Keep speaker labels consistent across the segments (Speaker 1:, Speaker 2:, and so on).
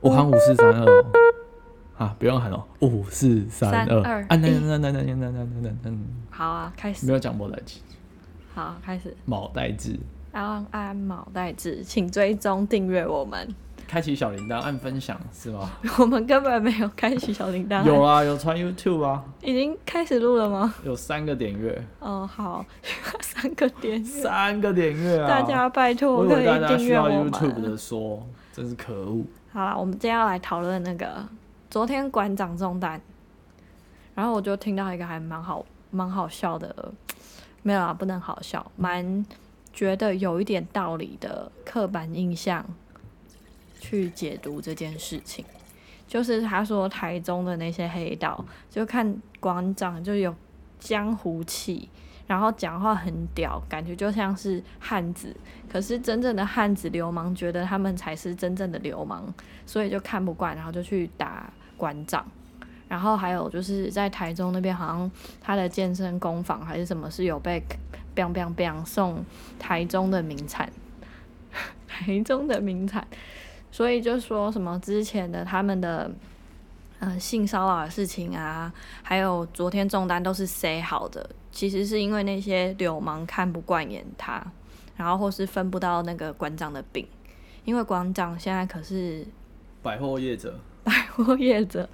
Speaker 1: 我喊五四三二哦，啊，不用喊哦，五四三二，
Speaker 2: 三二
Speaker 1: 啊，那
Speaker 2: 一
Speaker 1: 那那那那那那那那那，
Speaker 2: 好啊，开
Speaker 1: 没
Speaker 2: 始，
Speaker 1: 有讲毛代志，
Speaker 2: 好，开始。
Speaker 1: 毛代志，
Speaker 2: 阿旺安毛代志，请追踪订阅我们。
Speaker 1: 开启小铃铛，按分享是吗？
Speaker 2: 我们根本没有开启小铃铛，
Speaker 1: 有啊，有传 YouTube 啊，
Speaker 2: 已经开始录了吗？
Speaker 1: 有三个点阅，
Speaker 2: 哦，好，三个点阅，
Speaker 1: 三个点阅啊！
Speaker 2: 大家拜
Speaker 1: 我
Speaker 2: 托
Speaker 1: 以
Speaker 2: 可
Speaker 1: 为
Speaker 2: 以
Speaker 1: 大家
Speaker 2: 订
Speaker 1: 需
Speaker 2: 阅
Speaker 1: 要
Speaker 2: 我
Speaker 1: YouTube
Speaker 2: 们。
Speaker 1: 的说，真是可恶。
Speaker 2: 好啦，我们今天要来讨论那个昨天馆长中弹，然后我就听到一个还蛮好蛮好笑的，没有啊，不能好笑，蛮觉得有一点道理的刻板印象去解读这件事情。就是他说台中的那些黑道，就看馆长就有江湖气，然后讲话很屌，感觉就像是汉子。可是真正的汉子流氓觉得他们才是真正的流氓，所以就看不惯，然后就去打馆长。然后还有就是在台中那边，好像他的健身工坊还是什么是有被 biang biang biang 送台中的名产， 台中的名产，所以就说什么之前的他们的嗯、呃性骚扰的事情啊，还有昨天中单都是 say 好的，其实是因为那些流氓看不惯眼他，然后或是分不到那个馆长的饼，因为馆长现在可是
Speaker 1: 百货业者，
Speaker 2: 活跃者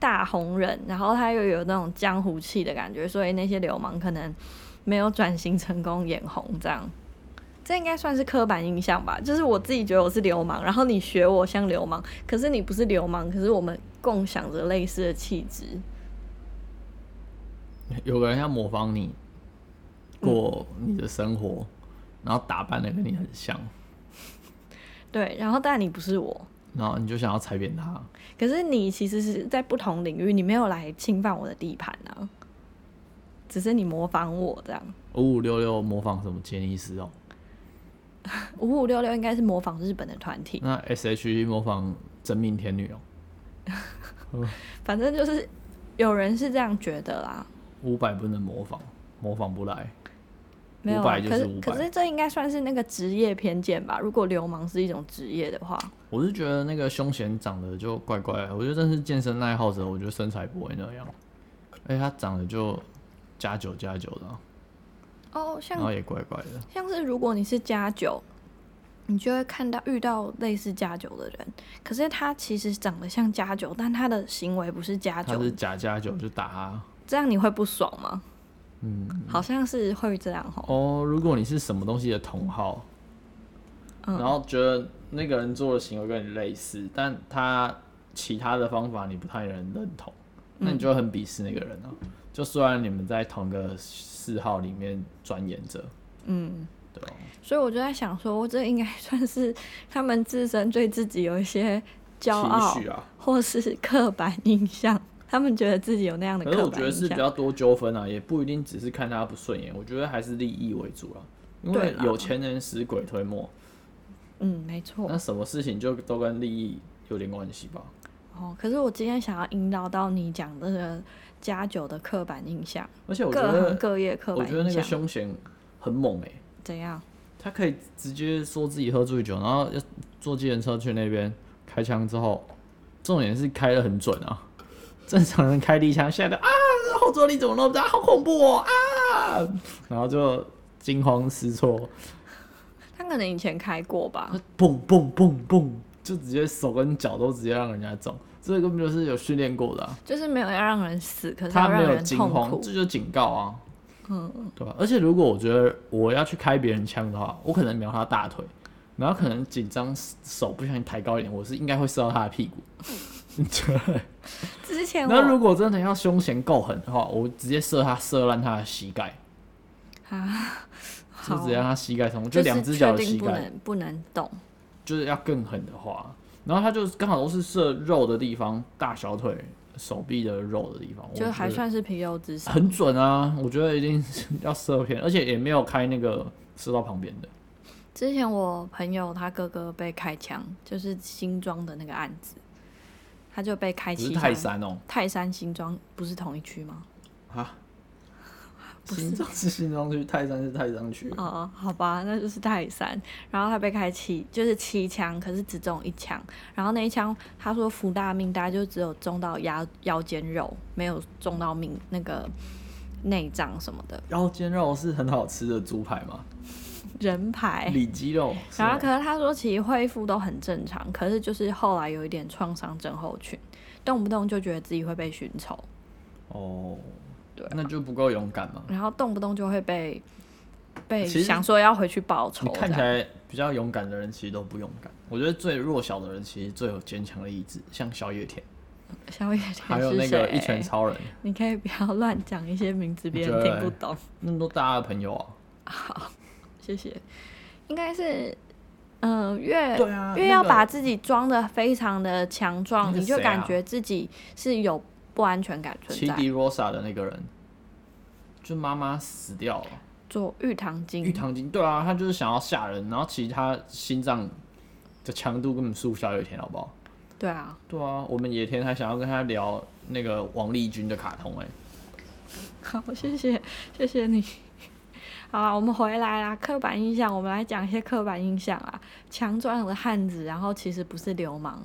Speaker 2: 大红人，然后他又有那种江湖气的感觉，所以那些流氓可能没有转型成功眼红这样。这应该算是刻板印象吧，就是我自己觉得我是流氓，然后你学我像流氓，可是你不是流氓，可是我们共享着类似的气质。
Speaker 1: 有个人要模仿你过你的生活，然后打扮的跟你很像，
Speaker 2: 对，然后但你不是我，
Speaker 1: 然后你就想要踩扁他。
Speaker 2: 可是你其实是在不同领域，你没有来侵犯我的地盘啊，只是你模仿我这样。
Speaker 1: 五五六六模仿什么杰尼斯哦？
Speaker 2: 五五六六应该是模仿日本的团体，
Speaker 1: 那 S.H.E 模仿真命天女哦，
Speaker 2: 反正就是有人是这样觉得啦，
Speaker 1: 五百不能模仿，模仿不来。
Speaker 2: 没有、啊
Speaker 1: 500就
Speaker 2: 可
Speaker 1: 是
Speaker 2: 是
Speaker 1: 500
Speaker 2: 可是这应该算是那个职业偏见吧？如果流氓是一种职业的话，
Speaker 1: 我是觉得那个胸前长得就怪怪的，我觉得真是健身爱好者，我觉得身材不会那样。而且他长得就加九加九的啊、
Speaker 2: 哦，
Speaker 1: 然
Speaker 2: 像
Speaker 1: 后也怪怪的。
Speaker 2: 像是如果你是加九，你就会看到遇到类似加九的人，可是他其实长得像加九，但他的行为不是加
Speaker 1: 他
Speaker 2: 九
Speaker 1: 是，假加九就打他。
Speaker 2: 这样你会不爽吗？
Speaker 1: 嗯，
Speaker 2: 好像是会这样吼。
Speaker 1: 哦，如果你是什么东西的同好，
Speaker 2: 嗯
Speaker 1: 然后觉得那个人做的行为跟你类似，但他其他的方法你不太能认同，
Speaker 2: 嗯
Speaker 1: 那你就会很鄙视那个人啊。就虽然你们在同一个嗜好里面钻研着，
Speaker 2: 嗯，
Speaker 1: 对啊吧？
Speaker 2: 所以我就在想说，我这应该算是他们自身对自己有一些骄傲
Speaker 1: 期许，啊，
Speaker 2: 或是刻板印象，他们觉得自己有那样的
Speaker 1: 可是
Speaker 2: 刻
Speaker 1: 我
Speaker 2: 板
Speaker 1: 觉得是
Speaker 2: 印
Speaker 1: 比
Speaker 2: 象。
Speaker 1: 较多纠纷啊，也不一定只是看他不顺眼，我觉得还是利益为主啊。因
Speaker 2: 对
Speaker 1: 为
Speaker 2: 啦
Speaker 1: 有钱人使鬼推磨，
Speaker 2: 嗯，没错
Speaker 1: 那。什么事情就都跟利益有点关系吧。
Speaker 2: 哦，可是我今天想要引导到你讲这个加九的刻板印象，
Speaker 1: 而且我觉
Speaker 2: 各
Speaker 1: 得
Speaker 2: 行各业刻
Speaker 1: 我
Speaker 2: 板
Speaker 1: 觉得那
Speaker 2: 印
Speaker 1: 个
Speaker 2: 象
Speaker 1: 凶险很猛哎、
Speaker 2: 怎样？
Speaker 1: 他可以直接说自己喝醉酒，然后要坐计程车去那边开枪之后，重点是开的很准啊。正常人开第一枪，吓得啊，后坐力怎么那么大，好恐怖哦啊！然后就惊慌失
Speaker 2: 哦
Speaker 1: 措，
Speaker 2: 他可能以前开过吧
Speaker 1: 他，砰砰砰砰，就直接手跟脚都直接让人家中，这个根本就是有训练过的啊、
Speaker 2: 就是没有要让人死，可是
Speaker 1: 他
Speaker 2: 要
Speaker 1: 没
Speaker 2: 让
Speaker 1: 有
Speaker 2: 人
Speaker 1: 惊
Speaker 2: 痛
Speaker 1: 慌，
Speaker 2: 苦。
Speaker 1: 这就是警告啊。嗯，对吧、而且如果我觉得我要去开别人枪的话，我可能瞄他大腿，然后可能紧张手不小心抬高一点，我是应该会射到他的屁股。对。
Speaker 2: 之前
Speaker 1: 那如
Speaker 2: 哎我
Speaker 1: 果真的要凶险够狠的话，我直接射他，射烂他的膝盖，
Speaker 2: 啊，
Speaker 1: 就
Speaker 2: 好
Speaker 1: 直接，让他膝盖痛，
Speaker 2: 就是
Speaker 1: 两只脚的
Speaker 2: 确定
Speaker 1: 膝
Speaker 2: 不
Speaker 1: 盖，
Speaker 2: 能不能动。
Speaker 1: 就是要更狠的话。然后他就刚好都是射肉的地方，大小腿、手臂的肉的地方，我
Speaker 2: 就还
Speaker 1: 觉得
Speaker 2: 算是皮肉之伤，
Speaker 1: 很准啊，我觉得一定是 要射偏，而且也没有开那个射到旁边的。
Speaker 2: 之前我朋友他哥哥被开枪，就是新庄的那个案子，他就被开
Speaker 1: 不是
Speaker 2: 七
Speaker 1: 泰
Speaker 2: 枪。
Speaker 1: 山哦、
Speaker 2: 泰山新庄不是同一区吗？
Speaker 1: 啊，
Speaker 2: 不是
Speaker 1: 新庄是新庄区，泰山是泰山区。
Speaker 2: 哦，好吧，那就是泰山。然后他被开七，就是七枪，可是只中一枪。然后那一枪，他说福大命大，就只有中到腰腰间肉，没有中到命那个内脏什么的
Speaker 1: 腰间肉是很好吃的猪排吗？
Speaker 2: 人牌。
Speaker 1: 里脊肉。是
Speaker 2: 哎然后
Speaker 1: 吗
Speaker 2: 可能他说其实恢复都很正常，可是就是后来有一点创伤症候群，动不动就觉得自己会被寻仇，
Speaker 1: 哦，
Speaker 2: 对
Speaker 1: 那就不够勇敢嘛。
Speaker 2: 然后动不动就会被被
Speaker 1: 其实
Speaker 2: 想说要回去报仇
Speaker 1: 你
Speaker 2: 这样。
Speaker 1: 看起来比较勇敢的人，其实都不勇敢。我觉得最弱小的人，其实最有坚强的意志，像小野田，
Speaker 2: 小野
Speaker 1: 还
Speaker 2: 田
Speaker 1: 有
Speaker 2: 是
Speaker 1: 那个
Speaker 2: 谁？
Speaker 1: 一拳超人，
Speaker 2: 你可以不要乱讲一些名字，别人
Speaker 1: 对
Speaker 2: 听不懂。
Speaker 1: 那么多大家的朋友啊。
Speaker 2: 谢谢。应该是，嗯、越
Speaker 1: 对啊
Speaker 2: 越
Speaker 1: 那
Speaker 2: 要
Speaker 1: 个
Speaker 2: 把自己装的非常的强壮，
Speaker 1: 那个
Speaker 2: 你就
Speaker 1: 谁啊
Speaker 2: 感觉自己是有不安全感存
Speaker 1: 奇
Speaker 2: 在。
Speaker 1: 迪 Rosa 的那个人，就妈妈死掉了，
Speaker 2: 做玉堂
Speaker 1: 玉
Speaker 2: 经，
Speaker 1: 堂经。对啊，他就是想要吓人，然后其实他心脏的强度根本输不小野田，好不好？
Speaker 2: 对啊，
Speaker 1: 对啊，我们野田还想要跟他聊那个王丽君的卡通、哎，
Speaker 2: 好，谢谢，谢谢你。 好啦，我们回来啦。刻板印象，我们来讲一些刻板印象啊。强壮的汉子，然后其实不是流氓。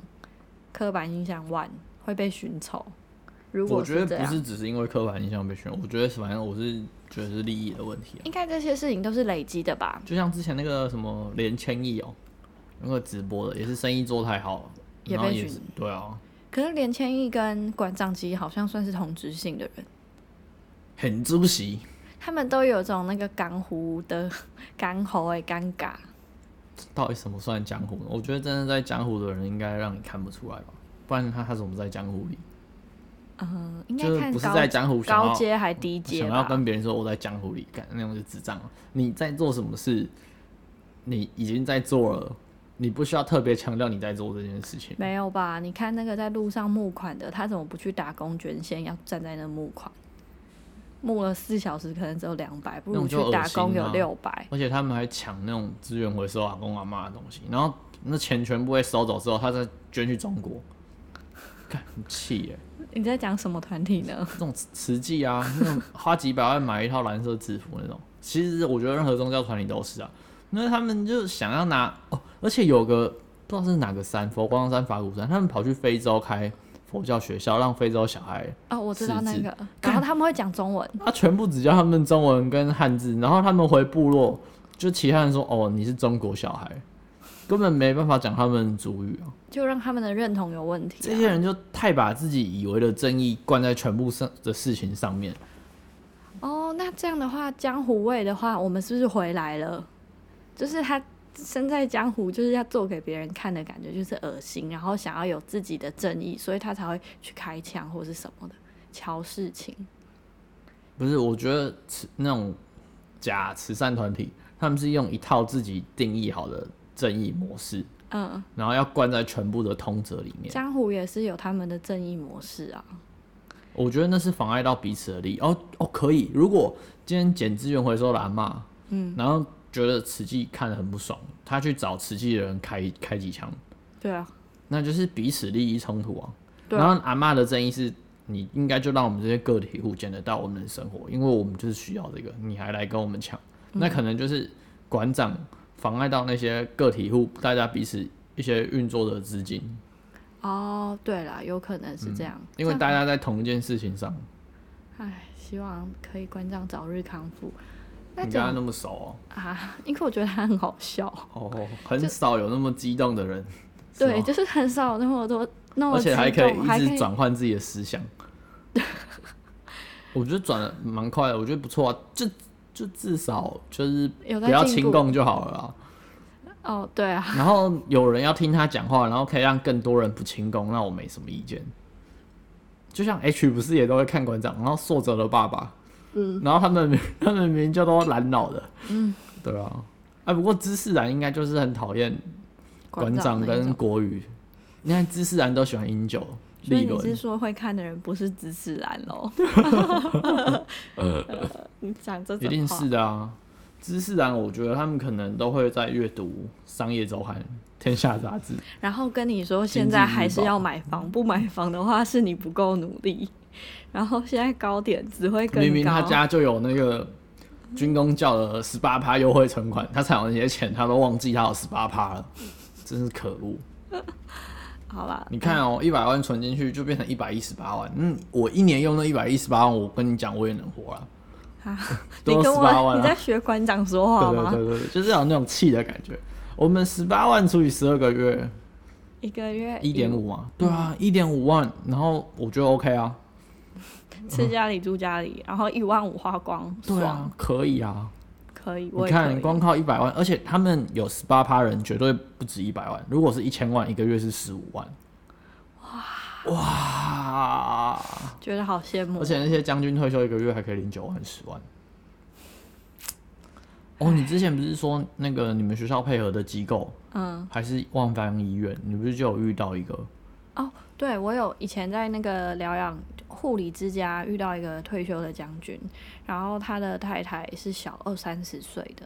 Speaker 2: 刻板印象 one 会被寻仇。如
Speaker 1: 我
Speaker 2: 果
Speaker 1: 觉
Speaker 2: 这
Speaker 1: 得不
Speaker 2: 样，
Speaker 1: 是只是因为刻板印象被选，我觉得反正我是觉得是利益的问题啊。
Speaker 2: 应该这些事情都是累积的吧？
Speaker 1: 就像之前那个什么连千亿哦，那个直播的也是生意做太好，
Speaker 2: 也
Speaker 1: 然后
Speaker 2: 被
Speaker 1: 也
Speaker 2: 选
Speaker 1: 是对啊，
Speaker 2: 可是连千亿跟馆长级好像算是同质性的人，
Speaker 1: 很出息。
Speaker 2: 他们都有种那个江湖的 干喉哎尴尬。
Speaker 1: 到底什么算江湖呢？我觉得真的在江湖的人应该让你看不出来吧，不然他他怎么在江湖里？
Speaker 2: 嗯，应该
Speaker 1: 就是
Speaker 2: 看
Speaker 1: 不是
Speaker 2: 高
Speaker 1: 在江湖想要
Speaker 2: 高阶还低阶
Speaker 1: 想要
Speaker 2: 吧？
Speaker 1: 跟别人说我在江湖里干那种就智障了。你在做什么事，你已经在做了，你不需要特别强调你在做这件事情。
Speaker 2: 没有吧？你看那个在路上募款的，他怎么不去打工捐献，要站在那募款？募了四小时，可能只有两百，不
Speaker 1: 那
Speaker 2: 如
Speaker 1: 种
Speaker 2: 去
Speaker 1: 就恶
Speaker 2: 打工
Speaker 1: 心
Speaker 2: 有
Speaker 1: 啊
Speaker 2: 六百。
Speaker 1: 而且他们还抢那种资源回收阿公阿妈的东西，然后那钱全部被收走之后，他再捐去中国，干很气耶、
Speaker 2: 你在讲什么团 体呢？
Speaker 1: 这种实际啊， 那种花几百万买一套蓝色制服那种，其实我觉得任何宗教团体都是啊。那他们就想要拿哦，而且有个不知道是哪个山，佛光山、法鼓山，他们跑去非洲开佛教学校，让非洲小孩，
Speaker 2: 哦，我知道
Speaker 1: 四
Speaker 2: 那
Speaker 1: 字
Speaker 2: 个，然后他们会讲中文，
Speaker 1: 他全部只教他们中文跟汉字，然后他们回部落，就其他人说哦你是中国小孩，根本没办法讲他们主语啊。
Speaker 2: 就让他们的认同有问题、啊。
Speaker 1: 这些人就太把自己以为的正义灌在全部上的事情上面，
Speaker 2: 哦，那这样的话，江湖味的话，我们是不是回来了？就是他身在江湖，就是要做给别人看的感觉，就是恶心，然后想要有自己的正义，所以他才会去开枪或是什么的，瞧事情。
Speaker 1: 不是，我觉得慈那种假慈善团体，他们是用一套自己定义好的正义模式，
Speaker 2: 嗯，
Speaker 1: 然后要灌在全部的通则里面。
Speaker 2: 江湖也是有他们的正义模式啊。
Speaker 1: 我觉得那是妨碍到彼此的利益。哦哦，可以。如果今天捡资源回收的阿嬷，嗯，然后觉得慈济看得很不爽，他去找慈济的人开开几枪，
Speaker 2: 对啊，
Speaker 1: 那就是彼此利益冲突啊。
Speaker 2: 对
Speaker 1: 然后阿嬷的正义是，你应该就让我们这些个体户捡得到我们的生活，因为我们就是需要这个，你还来跟我们抢，
Speaker 2: 嗯
Speaker 1: 那可能就是馆长妨碍到那些个体户大家彼此一些运作的资金，
Speaker 2: 哦，对啦，有可能是这样，
Speaker 1: 嗯因为
Speaker 2: 这样
Speaker 1: 大家在同一件事情上，
Speaker 2: 唉，希望可以馆长早日康复。那
Speaker 1: 你跟他
Speaker 2: 讲
Speaker 1: 那么熟
Speaker 2: 啊，因为我觉得他很好笑，
Speaker 1: 哦，哦，很少有那么激动的人，是
Speaker 2: 对，
Speaker 1: 吗，
Speaker 2: 就是很少有那么多那么
Speaker 1: 而
Speaker 2: 激
Speaker 1: 且
Speaker 2: 动，
Speaker 1: 还可以
Speaker 2: 还
Speaker 1: 一
Speaker 2: 可
Speaker 1: 直转换自己的思 想，我觉得转的蛮快的，我觉得不错啊，就就至少就是
Speaker 2: 有在
Speaker 1: 不要
Speaker 2: 进
Speaker 1: 亲
Speaker 2: 步
Speaker 1: 共就好了啦。
Speaker 2: 哦，对啊，
Speaker 1: 然后有人要听他讲话，然后可以让更多人不清宫，那我没什么意见。就像 H 不是也都会看馆长，然后硕哲的爸爸，嗯，然后他们 他们名叫都蓝脑的，嗯，对啊，哎，不过知识然应该就是很讨厌馆长
Speaker 2: 那一
Speaker 1: 跟
Speaker 2: 种
Speaker 1: 国语，你看知识然都喜欢饮酒，
Speaker 2: 所以
Speaker 1: 立
Speaker 2: 你是
Speaker 1: 伦，
Speaker 2: 说会看的人不是知哦 识然喽？你讲这
Speaker 1: 一
Speaker 2: 种
Speaker 1: 呃定
Speaker 2: 话
Speaker 1: 是的啊。知识然，我觉得他们可能都会在阅读商业周刊、天下杂志。
Speaker 2: 然后跟你说
Speaker 1: 经济
Speaker 2: 现在
Speaker 1: 之
Speaker 2: 还是
Speaker 1: 宝
Speaker 2: 要买房，不买房的话是你不够努力。然后现在高点只会更高，
Speaker 1: 明明他家就有那个军工教的十八趴优惠存款，他才有那些钱，他都忘记他有十八趴了，真是可恶。
Speaker 2: 好吧？
Speaker 1: 你看哦，一百万存进去就变成一百一十八万，嗯，我一年用那一百一十八万，我跟你讲，我也能活啊了。
Speaker 2: 你
Speaker 1: 都
Speaker 2: 跟
Speaker 1: 十八
Speaker 2: 我、
Speaker 1: 万
Speaker 2: 你
Speaker 1: 啊
Speaker 2: 在！学馆长说话
Speaker 1: 对
Speaker 2: 吗？
Speaker 1: 对对对，对就是有那种气的感觉。我们十八万除以十二个月，
Speaker 2: 一个月
Speaker 1: 一点，五
Speaker 2: 嗯
Speaker 1: 嘛，对啊，一点五万，然后我觉得 OK 啊，
Speaker 2: 吃家里住家里，然后一万五花光，
Speaker 1: 嗯对
Speaker 2: 爽
Speaker 1: 啊，可以啊。
Speaker 2: 可以，
Speaker 1: 你
Speaker 2: 我也可
Speaker 1: 看，
Speaker 2: 以。
Speaker 1: 光靠一百万，而且他们有十八趴人，绝对不止一百万。如果是一千万，一个月是十五万。哇哇！
Speaker 2: 觉得好羡慕
Speaker 1: 而，且那些将军退休一个月还可以领九万、十万。哦，你之前不是说那个你们学校配合的机构
Speaker 2: 嗯，
Speaker 1: 还是万方医院？你不是就有遇到一个？
Speaker 2: 哦，对我有以前在那个疗养护理之家遇到一个退休的将军，然后他的太太是小二三十岁的，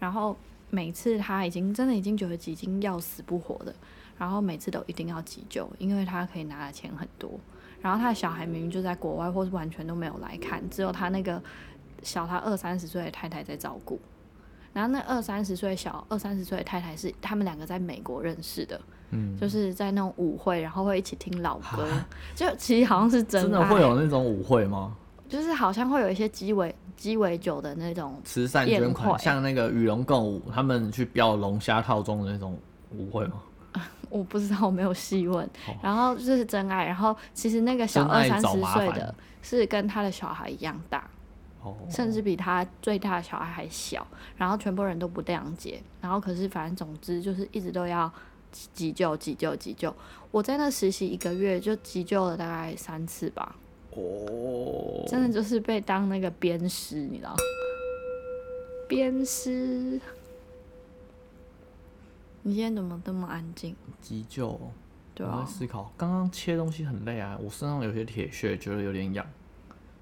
Speaker 2: 然后每次他已经真的已经觉得已经要死不活的，然后每次都一定要急救，因为他可以拿的钱很多，然后他的小孩明明就在国外，或是完全都没有来看，只有他那个小他二三十岁的太太在照顾。然后那二三十岁小二三十岁的太太是他们两个在美国认识的，
Speaker 1: 嗯，啊
Speaker 2: 就是在那种舞会，然后会一起听老歌，就其实好像是真
Speaker 1: 真的
Speaker 2: 爱
Speaker 1: 会有那种舞会吗？
Speaker 2: 就是好像会有一些鸡尾鸡尾酒的那种，
Speaker 1: 慈善
Speaker 2: 宴
Speaker 1: 捐款，
Speaker 2: 会
Speaker 1: 像那个与龙共舞，他们去标龙虾套中的那种舞会吗？
Speaker 2: 我不知道，我没有细问。然后就是真爱，然后其实那个
Speaker 1: 哦
Speaker 2: 小
Speaker 1: 真
Speaker 2: 二
Speaker 1: 爱
Speaker 2: 三
Speaker 1: 找
Speaker 2: 十
Speaker 1: 麻
Speaker 2: 岁
Speaker 1: 烦
Speaker 2: 的是跟他的小孩一样大，
Speaker 1: 哦，
Speaker 2: 甚至比他最大的小孩还小，然后全部人都不谅解，然后可是反正总之就是一直都要急急救急救急救。我在那实习一个月就急救了大概三次吧，
Speaker 1: 哦，
Speaker 2: 真的就是被当那个鞭尸，你知道？鞭尸。你今天怎么这么安静？
Speaker 1: 急救，
Speaker 2: 对
Speaker 1: 我
Speaker 2: 啊
Speaker 1: 在，思考，刚刚切东西很累啊，我身上有些铁屑，觉得有点痒。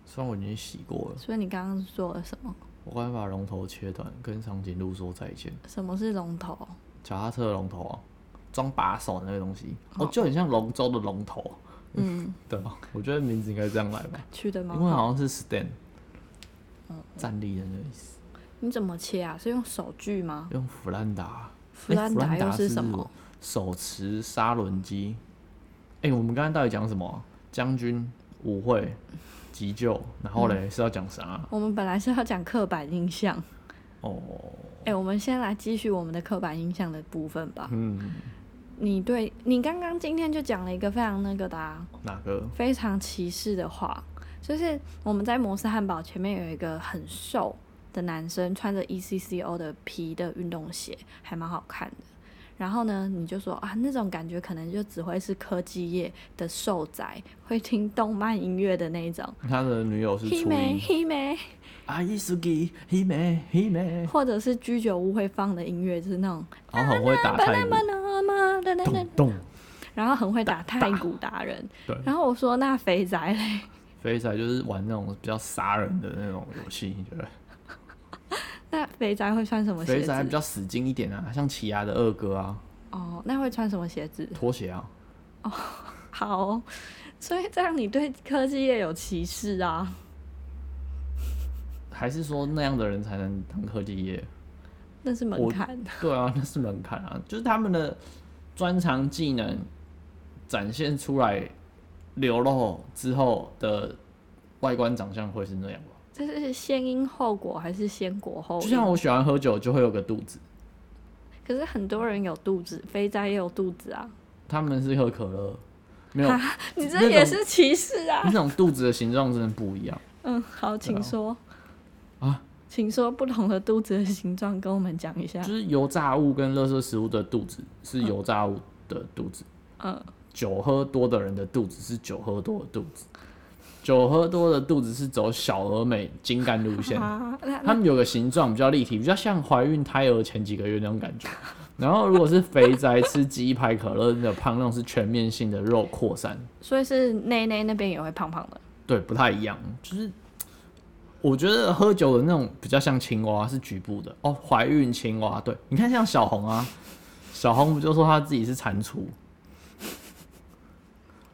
Speaker 1: 虽然我已经洗过了，
Speaker 2: 所以你刚刚做了什么？
Speaker 1: 我刚才把龙头切断，跟长颈鹿说再见。
Speaker 2: 什么是龙头？
Speaker 1: 脚踏车的龙头啊，装把手那个东西，哦，就很像龙舟的龙头，啊
Speaker 2: 嗯，啊
Speaker 1: 对吧？我觉得名字应该这样来吧，
Speaker 2: 去的
Speaker 1: 因为
Speaker 2: 吗？
Speaker 1: 好像是 stand，站
Speaker 2: 嗯
Speaker 1: 立的那个意思，
Speaker 2: 你怎么切啊？是用手锯吗？
Speaker 1: 用弗哎兰达。
Speaker 2: 弗兰达又是什么？
Speaker 1: 手持砂轮机。哎、我们刚刚到底讲什么啊？将军、舞会、急救，然后
Speaker 2: 嗯
Speaker 1: 嘞、是要讲啥？
Speaker 2: 我们本来是要讲刻板印象，
Speaker 1: 哦，
Speaker 2: 哎、我们先来继续我们的刻板印象的部分吧。
Speaker 1: 嗯，
Speaker 2: 你对你刚刚今天就讲了一个非常那个的、啊，
Speaker 1: 哪个？
Speaker 2: 非常歧视的话，就是我们在摩斯汉堡前面有一个很瘦的男生，穿着 E C C O 的皮的运动鞋，还蛮好看的。然后呢，你就说啊，那种感觉可能就只会是科技业的瘦仔，会听动漫音乐的那一种。
Speaker 1: 他的女友是
Speaker 2: 黑
Speaker 1: 初
Speaker 2: 妹，
Speaker 1: 一，
Speaker 2: 黑妹，
Speaker 1: 阿伊斯基，黑妹，黑妹，
Speaker 2: 或者是居酒屋会放的音乐，就是那种
Speaker 1: 然后很会
Speaker 2: 啊
Speaker 1: 打太鼓，
Speaker 2: banana 的那个
Speaker 1: 啊咚咚。
Speaker 2: 然后很会打太鼓达人。
Speaker 1: 对，
Speaker 2: 然后我说那肥宅嘞，
Speaker 1: 飞仔就是玩那种比较杀人的那种游戏，你觉得？
Speaker 2: 那肥宅会穿什么鞋
Speaker 1: 飞
Speaker 2: 子？
Speaker 1: 仔比较使劲一点啊，像奇亚的二哥啊，
Speaker 2: 哦，那会穿什么鞋子？
Speaker 1: 拖鞋啊，
Speaker 2: 好哦，所以这样你对科技业有歧视啊？
Speaker 1: 还是说那样的人才能当科技业？
Speaker 2: 那是门
Speaker 1: 我
Speaker 2: 槛。
Speaker 1: 对啊， 那是门槛啊，就是他们的专长技能展现出来流露之后的外观长相会是那样吧。
Speaker 2: 这是先因后果还是先果哦后因？
Speaker 1: 就像我喜欢喝酒，就会有个肚子，
Speaker 2: 可是很多人有肚子，肥宅也有肚子啊，
Speaker 1: 他们是喝可乐，没 有
Speaker 2: 你
Speaker 1: 那
Speaker 2: 这也
Speaker 1: 种
Speaker 2: 是歧视啊
Speaker 1: 那！种肚子的形状真的不一 样。
Speaker 2: 嗯，好，请说。
Speaker 1: 啊，
Speaker 2: 请说不同的肚子的形状，跟我们讲一下
Speaker 1: 就。是油炸物跟垃圾食物的肚子是油炸物的肚子，
Speaker 2: 嗯，
Speaker 1: 酒喝多的人的肚子是酒喝多的肚子，酒喝多的肚子是走小而美精干路线。
Speaker 2: 啊，那
Speaker 1: 他们有个形状比较立体，比较像怀孕胎儿前几个月那种感觉。 然后如果是肥宅吃鸡排、可乐的胖，那种是全面性的肉扩散，
Speaker 2: 所以是内内那边也会胖胖的。
Speaker 1: 对，不太一样。就是我觉得喝酒的那种比较像青蛙，是局部的哦。怀孕青蛙，对，你看像小红啊，小红不就说她自己是蟾蜍？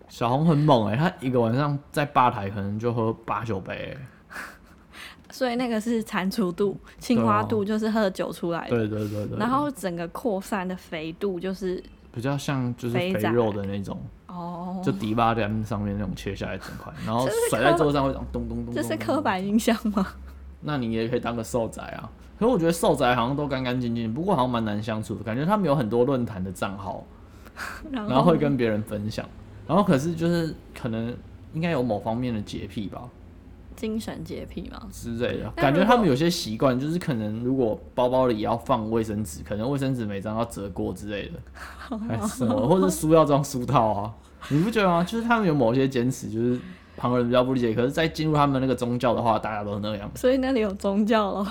Speaker 1: 小红很猛哎、欸，她一个晚上在吧台可能就喝八九杯、欸。
Speaker 2: 所以那个是蟾蜍肚、青蛙肚，就是喝酒出来的。
Speaker 1: 啊对对对对。
Speaker 2: 哎然后整个扩散的肥肚就是
Speaker 1: 比较像就是肥
Speaker 2: 肥仔
Speaker 1: 肉的那种，
Speaker 2: 哦，
Speaker 1: 就迪巴点上面那种切下来整块，然后
Speaker 2: 这是
Speaker 1: 甩
Speaker 2: 刻
Speaker 1: 在
Speaker 2: 板
Speaker 1: 桌上会这样咚咚咚咚。
Speaker 2: 这是
Speaker 1: 咚
Speaker 2: 刻
Speaker 1: 咚
Speaker 2: 板印象吗？
Speaker 1: 那你也可以当个瘦仔啊。可是我觉得瘦仔好像都干干净净，不过好像蛮难相处的，感觉他们有很多论坛的账号，
Speaker 2: 然
Speaker 1: 然后会跟别人分享。然后可是就是可能应该有某方面的洁癖吧
Speaker 2: 精神洁癖吗？
Speaker 1: 之类的，
Speaker 2: 那
Speaker 1: 感觉
Speaker 2: 如
Speaker 1: 他
Speaker 2: 果
Speaker 1: 们有些习惯就是可能如果包包里要放卫生纸，可能卫生纸每张要折过之类的，还是什么，或者书要装书套啊，你不觉得吗？就是他们有某些坚持，就是旁人比较不理解，可是，在进入他们那个宗教的话，大家都那样。
Speaker 2: 所以那里有宗教咯。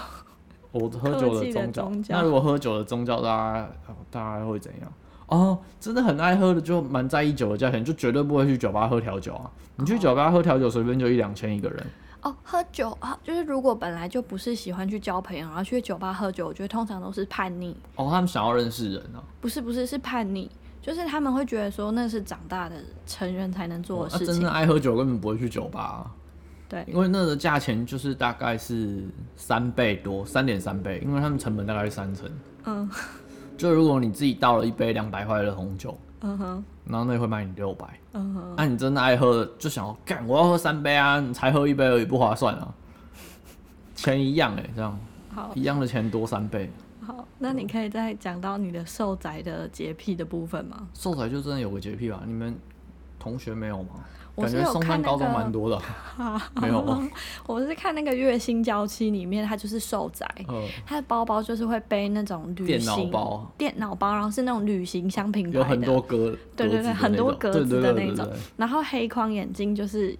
Speaker 1: 我喝酒
Speaker 2: 科技的
Speaker 1: 宗教，
Speaker 2: 宗教
Speaker 1: 那如果喝酒的宗教，大家大家会怎样？哦，真的很爱喝的，就蛮在意酒的价钱，就绝对不会去酒吧喝调酒啊。你去酒吧喝调酒，随便就一两千一个人。
Speaker 2: 哦，喝酒啊，就是如果本来就不是喜欢去交朋友，然后去酒吧喝酒，我觉得通常都是叛逆，
Speaker 1: 哦，他们想要认识人啊，
Speaker 2: 不是不是是叛逆，就是他们会觉得说那是长大的成人才能做
Speaker 1: 哦
Speaker 2: 的
Speaker 1: 那
Speaker 2: 事
Speaker 1: 真
Speaker 2: 情。
Speaker 1: 的爱喝酒根本不会去酒吧啊、
Speaker 2: 对
Speaker 1: 因为那个价钱就是大概是三倍多，三点三倍，因为他们成本大概是三成。
Speaker 2: 嗯
Speaker 1: 就如果你自己倒了一杯两百块的红酒，
Speaker 2: 嗯哼
Speaker 1: 然后那会卖你六百，啊
Speaker 2: 嗯哼，
Speaker 1: 那、你真的爱喝，就想要干，我要喝三杯啊！你才喝一杯而已，不划算啊。钱一样哎、这样
Speaker 2: 好
Speaker 1: 一样的钱多三倍，
Speaker 2: 好，那你可以再讲到你的瘦宅的洁癖的部分吗？
Speaker 1: 瘦仔就真的有个洁癖吧？你们同学没有吗？
Speaker 2: 我
Speaker 1: 感
Speaker 2: 是
Speaker 1: 觉
Speaker 2: 有
Speaker 1: 松
Speaker 2: 看
Speaker 1: 山
Speaker 2: 那
Speaker 1: 高中
Speaker 2: 个
Speaker 1: 蛮多的啊， 没有吗？
Speaker 2: 我是看那个《月薪娇妻》里面，他就是瘦宅，
Speaker 1: 呃，
Speaker 2: 他的包包就是会背那种旅
Speaker 1: 电脑
Speaker 2: 行
Speaker 1: 包，
Speaker 2: 电脑包，然后是那种旅行箱品牌的，
Speaker 1: 有很多格，
Speaker 2: 对对
Speaker 1: 格子的
Speaker 2: 对，
Speaker 1: 那种
Speaker 2: 很多格子的那
Speaker 1: 对对对对
Speaker 2: 种
Speaker 1: 对。
Speaker 2: 然后黑框眼镜就是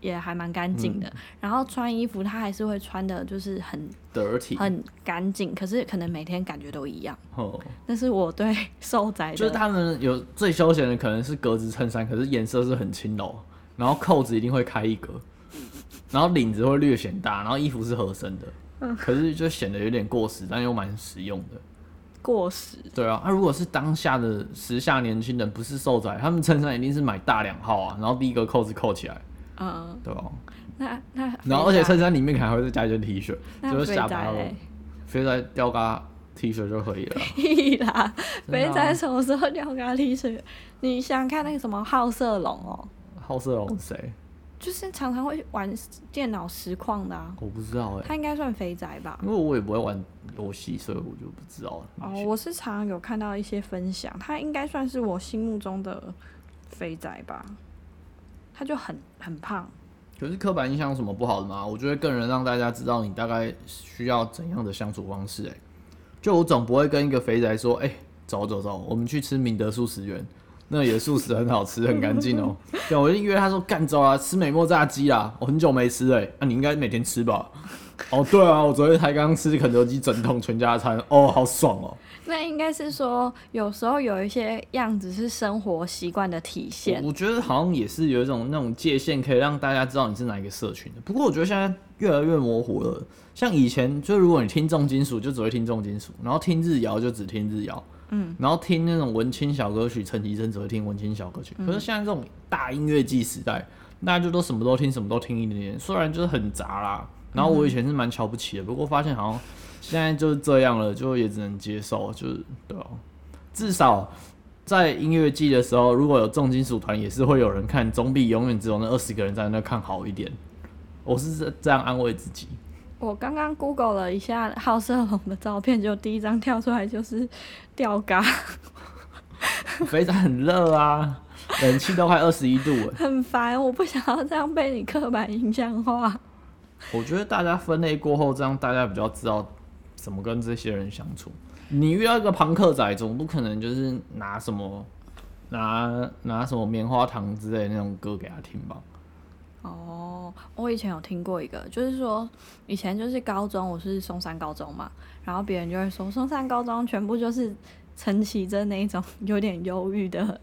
Speaker 2: 也还蛮干净
Speaker 1: 嗯
Speaker 2: 的，然后穿衣服他还是会穿的，就是很
Speaker 1: 得体，
Speaker 2: 很干净，可是可能每天感觉都一样。
Speaker 1: 哦
Speaker 2: 那是我对瘦宅
Speaker 1: 就是
Speaker 2: 的，
Speaker 1: 他们有最休闲的可能是格子衬衫，可是颜色是很轻柔，然后扣子一定会开一格，然后领子会略显大，然后衣服是合身的，可是就显得有点过时，但又蛮实用的。
Speaker 2: 过时。
Speaker 1: 对啊，那、如果是当下的时下年轻人，不是瘦仔，他们衬衫一定是买大两号啊，然后第一个扣子扣起来，
Speaker 2: 嗯，
Speaker 1: 对吧、
Speaker 2: 那那
Speaker 1: 然后而且
Speaker 2: 肥
Speaker 1: 衬衫里面可能还会再加一件 T 恤，
Speaker 2: 那
Speaker 1: 就是
Speaker 2: 肥
Speaker 1: 下
Speaker 2: 宅
Speaker 1: 巴
Speaker 2: 嘞
Speaker 1: 飞在吊嘎 T 恤就可以了啊。
Speaker 2: 宅屁啦，
Speaker 1: 真的
Speaker 2: 肥
Speaker 1: 啊
Speaker 2: 宅什么时候掉咖喱水？你想想看那个什么好色龙哦，
Speaker 1: 好色龙是谁？
Speaker 2: 就是常常会玩电脑实况的啊，
Speaker 1: 我不知道哎、
Speaker 2: 他应该算肥宅吧？
Speaker 1: 因为我也不会玩游戏，所以我就不知道了。
Speaker 2: 哦，我是常常有看到一些分享，他应该算是我心目中的肥宅吧。他就很很胖，
Speaker 1: 可是刻板印象有什么不好的吗？我觉得更能让大家知道你大概需要怎样的相处方式、欸。就我总不会跟一个肥宅说，哎、走走走，我们去吃明德素食园，那里的素食很好吃，很干净哦。对，我就约他说，干走啊，吃美墨炸鸡啦，我很久没吃哎、欸，那、你应该每天吃吧。哦，对啊，我昨天才刚吃肯德基整桶全家餐，哦，好爽哦。
Speaker 2: 那应该是说有时候有一些样子是生活习惯的体现
Speaker 1: 我。我觉得好像也是有一种那种界限，可以让大家知道你是哪一个社群的。不过我觉得现在越来越模糊了。像以前，就如果你听重金属，就只会听重金属；然后听日谣，就只听日谣。嗯，然后听那种文青小歌曲，陈绮贞只会听文青小歌曲。可是现在这种大音乐季时代，大家就都什么都听，什么都听一点点，虽然就是很杂啦。然后我以前是蛮瞧不起的，不过发现好像现在就是这样了，就也只能接受，就是对啊，至少在音乐季的时候，如果有重金属团，也是会有人看，总比永远只有那二十个人在那看好一点。我是这这样安慰自 己。
Speaker 2: 我刚刚 Google 了一下好色龙的照片，就第一张跳出来就是吊嘎，
Speaker 1: 肥仔很热啊，冷气都快二十一度了。
Speaker 2: 很烦，我不想要这样被你刻板印象化。
Speaker 1: 我觉得大家分类过后，这样大家比较知道怎么跟这些人相处。你遇到一个朋克仔，总不可能就是拿什么拿拿什么棉花糖之类的那种歌给他听吧？
Speaker 2: 哦，我以前有听过一个，就是说以前就是高中，我是松山高中嘛，然后别人就会说松山高中全部就是陈绮贞那一种有点忧郁的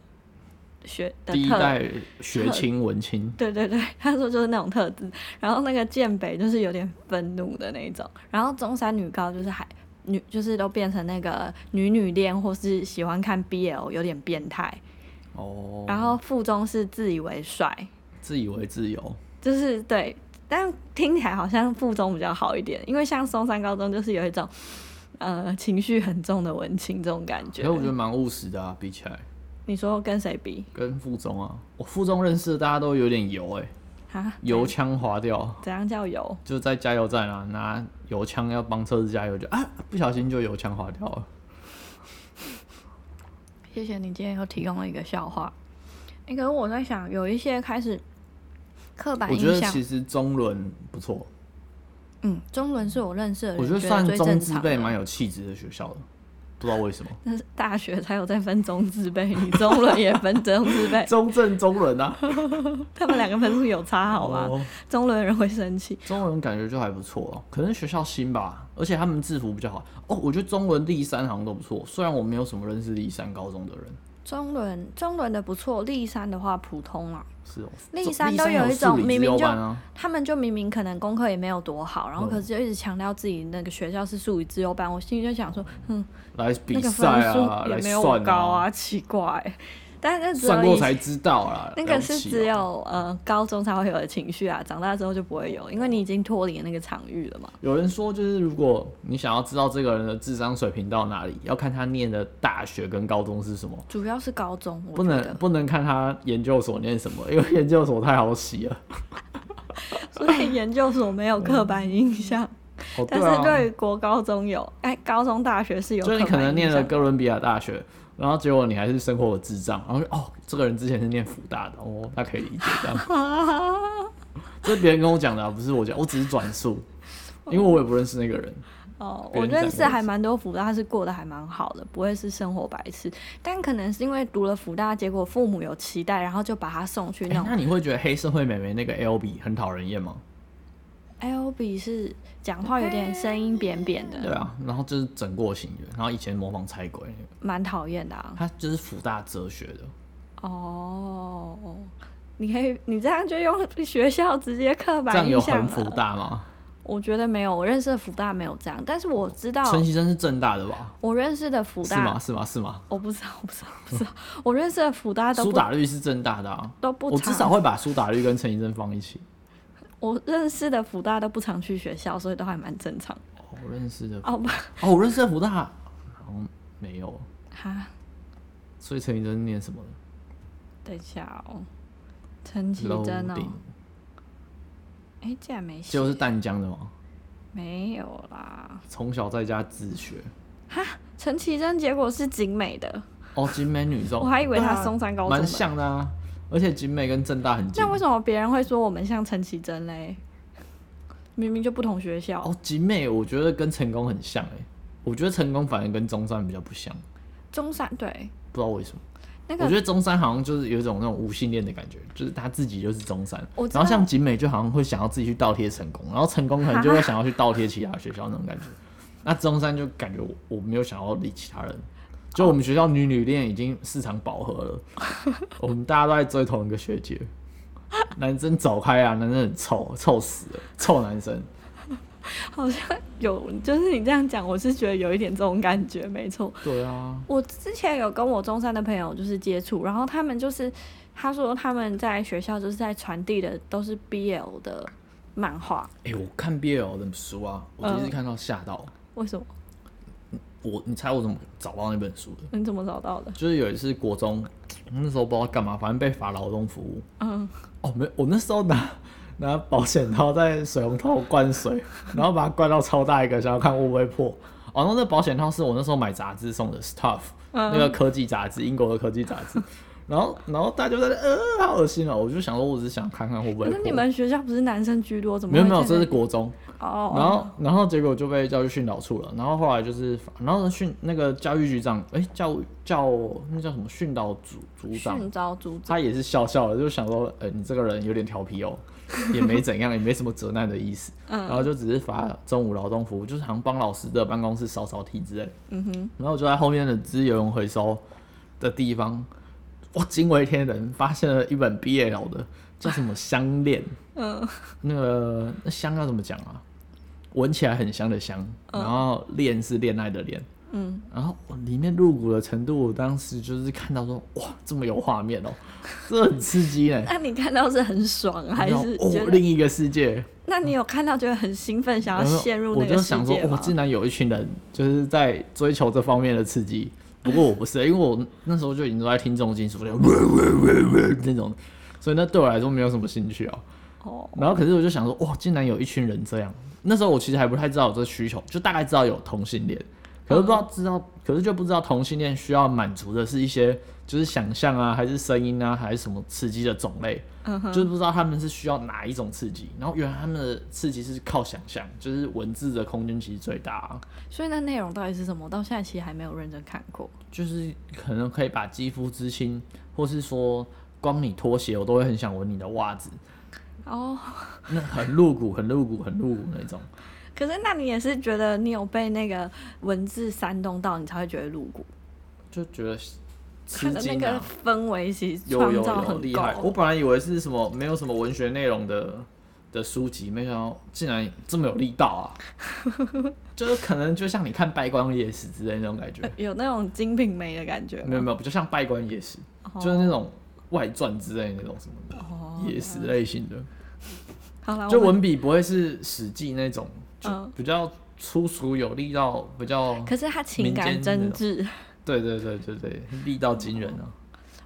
Speaker 2: 学的
Speaker 1: 第一
Speaker 2: 特
Speaker 1: 代学青文青，
Speaker 2: 对对对，他说就是那种特质，然后那个建北就是有点愤怒的那一种，然后中山女高就是还女就是都变成那个女女恋或是喜欢看 BL 有点变态，
Speaker 1: 哦，
Speaker 2: 然后附中是自以为帅，
Speaker 1: 自以为自由，
Speaker 2: 就是对，但听起来好像附中比较好一点，因为像松山高中就是有一种呃情绪很重的文青这种感
Speaker 1: 其
Speaker 2: 觉
Speaker 1: 实。我觉得蛮务实的啊，比起来
Speaker 2: 你说跟谁比
Speaker 1: 跟附中啊，我附中认识的大家都有点油哎、
Speaker 2: 啊？
Speaker 1: 油腔滑调，
Speaker 2: 怎样叫有？
Speaker 1: 就在加油站啊拿油枪要帮车子加油就啊不小心就油腔滑调了，
Speaker 2: 谢谢你今天又提供了一个笑话。那个我在想，有一些开始刻板
Speaker 1: 我觉得
Speaker 2: 印象
Speaker 1: 其，实中伦不错，
Speaker 2: 嗯，中伦是我认识的人，
Speaker 1: 我
Speaker 2: 觉
Speaker 1: 觉得算
Speaker 2: 最
Speaker 1: 中
Speaker 2: 正
Speaker 1: 字
Speaker 2: 常
Speaker 1: 辈
Speaker 2: 的
Speaker 1: 蛮有气质的学校的，不知道为什么，
Speaker 2: 但是大学才有在分中字辈，你中伦也分中字 辈
Speaker 1: 中正中伦啊，
Speaker 2: 他们两个分数有差 好吗？
Speaker 1: 哦
Speaker 2: 中伦人会生气。
Speaker 1: 中文感觉就还不错哦，可能学校新吧，而且他们制服比较好哦。我觉得中文第三好像都不错，虽然我没有什么认识第三高中的人，
Speaker 2: 中伦中伦的不错，立山的话普通啊，
Speaker 1: 是哦。
Speaker 2: 立
Speaker 1: 中
Speaker 2: 山
Speaker 1: 立
Speaker 2: 都
Speaker 1: 山
Speaker 2: 有一种
Speaker 1: 数理
Speaker 2: 明
Speaker 1: 自
Speaker 2: 明
Speaker 1: 由
Speaker 2: 就
Speaker 1: 班啊，
Speaker 2: 他们就明明可能功课也没有多好，然后
Speaker 1: 嗯
Speaker 2: 可是就一直强调自己那个学校是数理自优班，我心里就想说，嗯，
Speaker 1: 来
Speaker 2: 那
Speaker 1: 比
Speaker 2: 个
Speaker 1: 赛
Speaker 2: 分
Speaker 1: 啊，
Speaker 2: 数
Speaker 1: 来
Speaker 2: 也没有我
Speaker 1: 算
Speaker 2: 高啊，，奇怪、但是那只
Speaker 1: 算
Speaker 2: 有
Speaker 1: 过
Speaker 2: 以
Speaker 1: 才知道啦。
Speaker 2: 那
Speaker 1: 了
Speaker 2: 个
Speaker 1: 不
Speaker 2: 是
Speaker 1: 起
Speaker 2: 只
Speaker 1: 哦
Speaker 2: 有呃高中才会有的情绪啊，长大之后就不会有，因为你已经脱离那个场域了嘛。
Speaker 1: 有人说，就是如果你想要知道这个人的智商水平到哪里，要看他念的大学跟高中是什么，
Speaker 2: 主要是高中，我
Speaker 1: 不
Speaker 2: 觉
Speaker 1: 能
Speaker 2: 得，
Speaker 1: 不能看他研究所念什么，因 为研究所太好洗 了。
Speaker 2: 所以研究所没有刻板印象，
Speaker 1: 哦，
Speaker 2: 但
Speaker 1: 对啊
Speaker 2: 是对于国高中有，哎，高中大学是有
Speaker 1: 就
Speaker 2: 刻
Speaker 1: 你可能
Speaker 2: 板印
Speaker 1: 念了
Speaker 2: 象。
Speaker 1: 哥伦比亚大学，然后结果你还是生活有智障，然后就哦，这个人之前是念福大的，哦，他可以理解这样。 这是别人跟我讲的、啊，不是我讲，我只是转述，因为我也不认识那个人。
Speaker 2: 哦，
Speaker 1: 别
Speaker 2: 我
Speaker 1: 人讲
Speaker 2: 认
Speaker 1: 过
Speaker 2: 识还蛮多福大是过得还蛮好的，不会是生活白痴，但可能是因为读了福大，结果父母有期待，然后就把他送去
Speaker 1: 诶
Speaker 2: 那种
Speaker 1: 哎那你会觉得黑社会美眉那个 L B 很讨人厌吗？
Speaker 2: L B 哎是讲话有点声音扁扁
Speaker 1: 对
Speaker 2: 的，
Speaker 1: 啊，然后就是整过型的，然后以前模仿菜鬼那个，
Speaker 2: 蛮讨厌的啊。
Speaker 1: 他就是福大哲学的。
Speaker 2: 哦，你可以，你这样就用学校直接刻
Speaker 1: 这
Speaker 2: 板
Speaker 1: 样
Speaker 2: 印
Speaker 1: 有
Speaker 2: 象
Speaker 1: 很福
Speaker 2: 了。
Speaker 1: 大吗？
Speaker 2: 我觉得没有，我认识的福大没有这样，但是我知道
Speaker 1: 陈其生是正大的吧？
Speaker 2: 我认识的哦福
Speaker 1: 是吗？
Speaker 2: 大，
Speaker 1: 是吗？是吗？
Speaker 2: 我不知道，我不知道，我不知道，我认识的福大都
Speaker 1: 苏
Speaker 2: 不
Speaker 1: 打绿是正大的啊，
Speaker 2: 都不
Speaker 1: 我至
Speaker 2: 常
Speaker 1: 少会把苏打绿跟陈其生放一起。
Speaker 2: 我认识的福大都不常去学校，所以都还蛮正常。
Speaker 1: 哦我认识的
Speaker 2: 哦不，
Speaker 1: 哦，我认识的福大好像没有，
Speaker 2: 哈，
Speaker 1: 所以陈宇真是念什么的？
Speaker 2: 等一下哦，陈绮贞哦，
Speaker 1: Loading
Speaker 2: 哎、竟然没写
Speaker 1: 结，果是淡江的嘛，
Speaker 2: 没有啦。
Speaker 1: 从小在家自学。
Speaker 2: 陈绮贞结果是景美的，
Speaker 1: 哦，景美女中，
Speaker 2: 我还以为她
Speaker 1: 对啊
Speaker 2: 松山高中
Speaker 1: 蛮
Speaker 2: 的。
Speaker 1: 像的啊，而且景美跟正大很近
Speaker 2: 那。为什么别人会说我们像陈绮贞嘞？明明就不同学校，
Speaker 1: 哦，景美我觉得跟成功很像哎、我觉得成功反而跟中山比较不像，
Speaker 2: 中山对
Speaker 1: 不知道为什么。
Speaker 2: 那
Speaker 1: 我
Speaker 2: 个
Speaker 1: 觉得中山好像就是有一种那种无性恋的感觉，就是他自己就是中山，
Speaker 2: 我知道
Speaker 1: 然后像景美就好像会想要自己去倒贴成功，然后成功可能就会想要去倒贴其他学校那种 感觉。那中山就感觉我我没有想要理其他人，就我们学校女女恋已经市场饱和 了，我们大家都在追同一个学姐，男生走开啊，男生很臭，臭死了，臭男生。
Speaker 2: 好像有，就是你这样讲，我是觉得有一点这种感觉，没错。
Speaker 1: 对啊，
Speaker 2: 我之前有跟我中山的朋友就是接触，然后他们就是他说他们在学校就是在传递的都是 BL 的漫画，
Speaker 1: 哎、我看 BL 的书啊，我第一次
Speaker 2: 嗯
Speaker 1: 看到吓到，
Speaker 2: 为什么？
Speaker 1: 我你猜我怎么找到那本书的？
Speaker 2: 你怎么找到的？
Speaker 1: 就是有一次国中，那时候不知道干嘛，反正被罚劳动服务。
Speaker 2: 嗯，
Speaker 1: 哦，没，我那时候拿拿保险套在水龙头灌水，然后把它灌到超大一个，想要看会不会破。哦，那那保险套是我那时候买杂志送的《Stuff》，那
Speaker 2: 嗯
Speaker 1: 个科技杂志，英国的科技杂志。 然后，然后大家就在那呃，好恶心哦！我就想说，我只是想看看会不会
Speaker 2: 可
Speaker 1: 破
Speaker 2: 是。你们学校不是男生居多，怎么
Speaker 1: 没有没有，
Speaker 2: 会在
Speaker 1: 这
Speaker 2: 那
Speaker 1: 是国中。
Speaker 2: 哦，
Speaker 1: 然后，然后结果就被教育训导处了。然后后来就是，然后训那个教育局长，哎、教教那叫什么训导组组长，
Speaker 2: 训招组长
Speaker 1: 他也是笑笑的，就想说，呃、你这个人有点调皮哦，也没怎样，也没什么责难的意思。然后就只是罚中午劳动服务，就是好像帮老师的办公室扫扫地之类。嗯哼。然后我就在后面的资源回收的地方哇，惊为天人，发现了一本 BL 的，叫什么《香恋》。
Speaker 2: 嗯，
Speaker 1: 那个那香要怎么讲啊？闻起来很香的香，然后恋是恋爱的恋，
Speaker 2: 嗯，
Speaker 1: 然后哇里面入骨的程度，我当时就是看到说，哇，这么有画面哦、这很刺激呢、
Speaker 2: 那你看到是很爽， 还
Speaker 1: 然后
Speaker 2: 是觉
Speaker 1: 哦，
Speaker 2: 得？
Speaker 1: 另一个世界，
Speaker 2: 那你有看到觉得很兴奋，想要
Speaker 1: 然后
Speaker 2: 陷入
Speaker 1: 我
Speaker 2: 那
Speaker 1: 就
Speaker 2: 个世
Speaker 1: 想说，
Speaker 2: 界
Speaker 1: 我
Speaker 2: 吗？
Speaker 1: 竟然有一群人就是在追求这方面的刺激。不过我不是，因为我那时候就已经都在听重金属了， 那种，所以那对我来说没有什么兴趣啊。
Speaker 2: 哦，
Speaker 1: 然后可是我就想说，哇，竟然有一群人这样。那时候我其实还不太知道有这需求，就大概知道有同性恋，可是不知道知道，可是就不知道同性恋需要满足的是一些就是想象啊，还是声音啊，还是什么刺激的种类，
Speaker 2: 嗯哼，
Speaker 1: 就是不知道他们是需要哪一种刺激。然后原来他们的刺激是靠想象，就是文字的空间其实最大、啊，
Speaker 2: 所以那内容到底是什么？我到现在其实还没有认真看过。
Speaker 1: 就是可能可以把肌肤之亲，或是说光你拖鞋，我都会很想闻你的袜子，
Speaker 2: 哦，
Speaker 1: 那很露骨，很露骨，很露骨那种。
Speaker 2: 可是那你也是觉得你有被那个文字煽动到，你才会觉得露骨，
Speaker 1: 就觉得吃
Speaker 2: 看的 那
Speaker 1: 惊
Speaker 2: 个
Speaker 1: 啊！
Speaker 2: 氛围其实
Speaker 1: 有
Speaker 2: 创
Speaker 1: 有
Speaker 2: 造
Speaker 1: 有
Speaker 2: 很
Speaker 1: 厉害！我
Speaker 2: 高。
Speaker 1: 本来以为是什么没有什么文学内容的的书籍，没想到竟然这么有力道啊！ 就是可能就像你看《拜官野史》之类那种感觉，
Speaker 2: 有那种《金瓶梅》的感觉吗，
Speaker 1: 没有没有，不就像《拜官野史》，就是那种外传之类那种什么的、
Speaker 2: 哦
Speaker 1: 野史类型的，
Speaker 2: 好了，
Speaker 1: 就
Speaker 2: 我们
Speaker 1: 文笔不会是《史记》那种，就
Speaker 2: 嗯
Speaker 1: 比较粗俗有力道，比较
Speaker 2: 可是他情
Speaker 1: 民
Speaker 2: 感
Speaker 1: 间那
Speaker 2: 真
Speaker 1: 种
Speaker 2: 挚。
Speaker 1: 对对对对对，力道惊人啊！
Speaker 2: 哦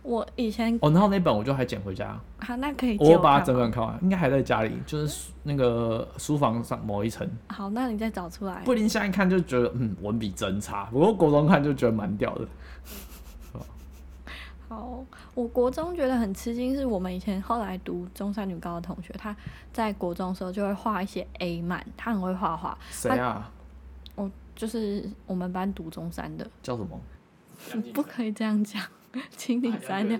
Speaker 2: 我以前
Speaker 1: 哦，然后那本我就还捡回家。
Speaker 2: 啊，那可以借
Speaker 1: 我把它
Speaker 2: 看
Speaker 1: 整
Speaker 2: 吗
Speaker 1: 本看完，应该还在家里，就是书那个书房上某一层。
Speaker 2: 好，那你再找出来。
Speaker 1: 不林现在看就觉得，嗯，文笔真差。不过国中看就觉得蛮屌的。
Speaker 2: 好，我国中觉得很吃惊，是我们以前后来读中山女高的同学，他在国中的时候就会画一些 A 漫，他很会画画。
Speaker 1: 谁啊？
Speaker 2: 我就是我们班读中山的，
Speaker 1: 叫什么？
Speaker 2: 你嗯不可以这样讲， 请
Speaker 1: 啊
Speaker 2: 你删掉，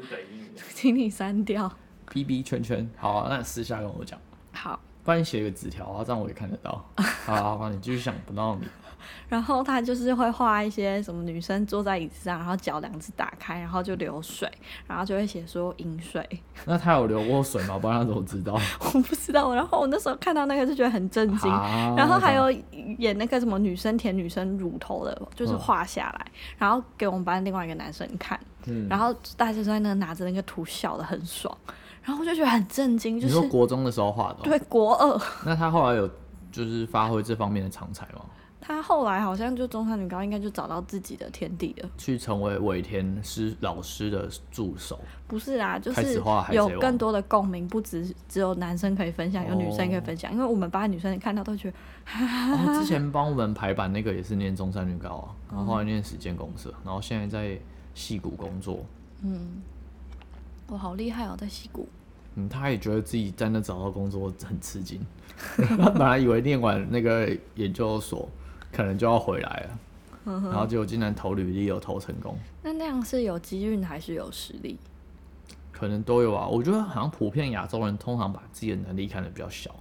Speaker 2: 请你删掉。
Speaker 1: B B 圈圈。好啊、那私下跟我讲，
Speaker 2: 好，
Speaker 1: 帮你写个纸条啊，这样我也看得 到。好啊，好啊，你继续想，不闹你。
Speaker 2: 然后他就是会画一些什么女生坐在椅子上，然后脚两只打开，然后就流水，然后就会写说饮水。
Speaker 1: 那他有流过水吗？不然他怎么知道？
Speaker 2: 我不知道，然后我那时候看到那个就觉得很震惊，
Speaker 1: 啊
Speaker 2: 然后还有演那个什么女生舔女生乳头的，就是画下来，然后给我们班另外一个男生看，
Speaker 1: 嗯
Speaker 2: 然后大家就在那拿着那个图笑的很爽，然后我就觉得很震惊，就
Speaker 1: 你
Speaker 2: 是
Speaker 1: 说国中的时候画的哦、
Speaker 2: 对国二，
Speaker 1: 那他后来有就是发挥这方面的长才吗？
Speaker 2: 她后来好像就中山女高应该就找到自己的天地了，
Speaker 1: 去成为尾田师老师的助手。
Speaker 2: 不是啊，就
Speaker 1: 开始
Speaker 2: 是
Speaker 1: 画海贼
Speaker 2: 有
Speaker 1: 王
Speaker 2: 更多的共鸣，不只只有男生可以分享，有女生可以分享，因为我们班的女生看到都觉得
Speaker 1: 哦，之 前帮我们排版那个也是念中山女高啊，然后后来念实践公社，然后现在在戏谷工作。
Speaker 2: 我好厉害哦，在戏谷，
Speaker 1: 嗯，他也觉得自己在那找到工作很吃 惊，他本来以为念完那个研究所可能就要回来了，然后结果竟然投履历有投成功，
Speaker 2: 那那样是有机运还是有实力？
Speaker 1: 可能都有啊。我觉得好像普遍亚洲人通常把自己的能力看得比较小，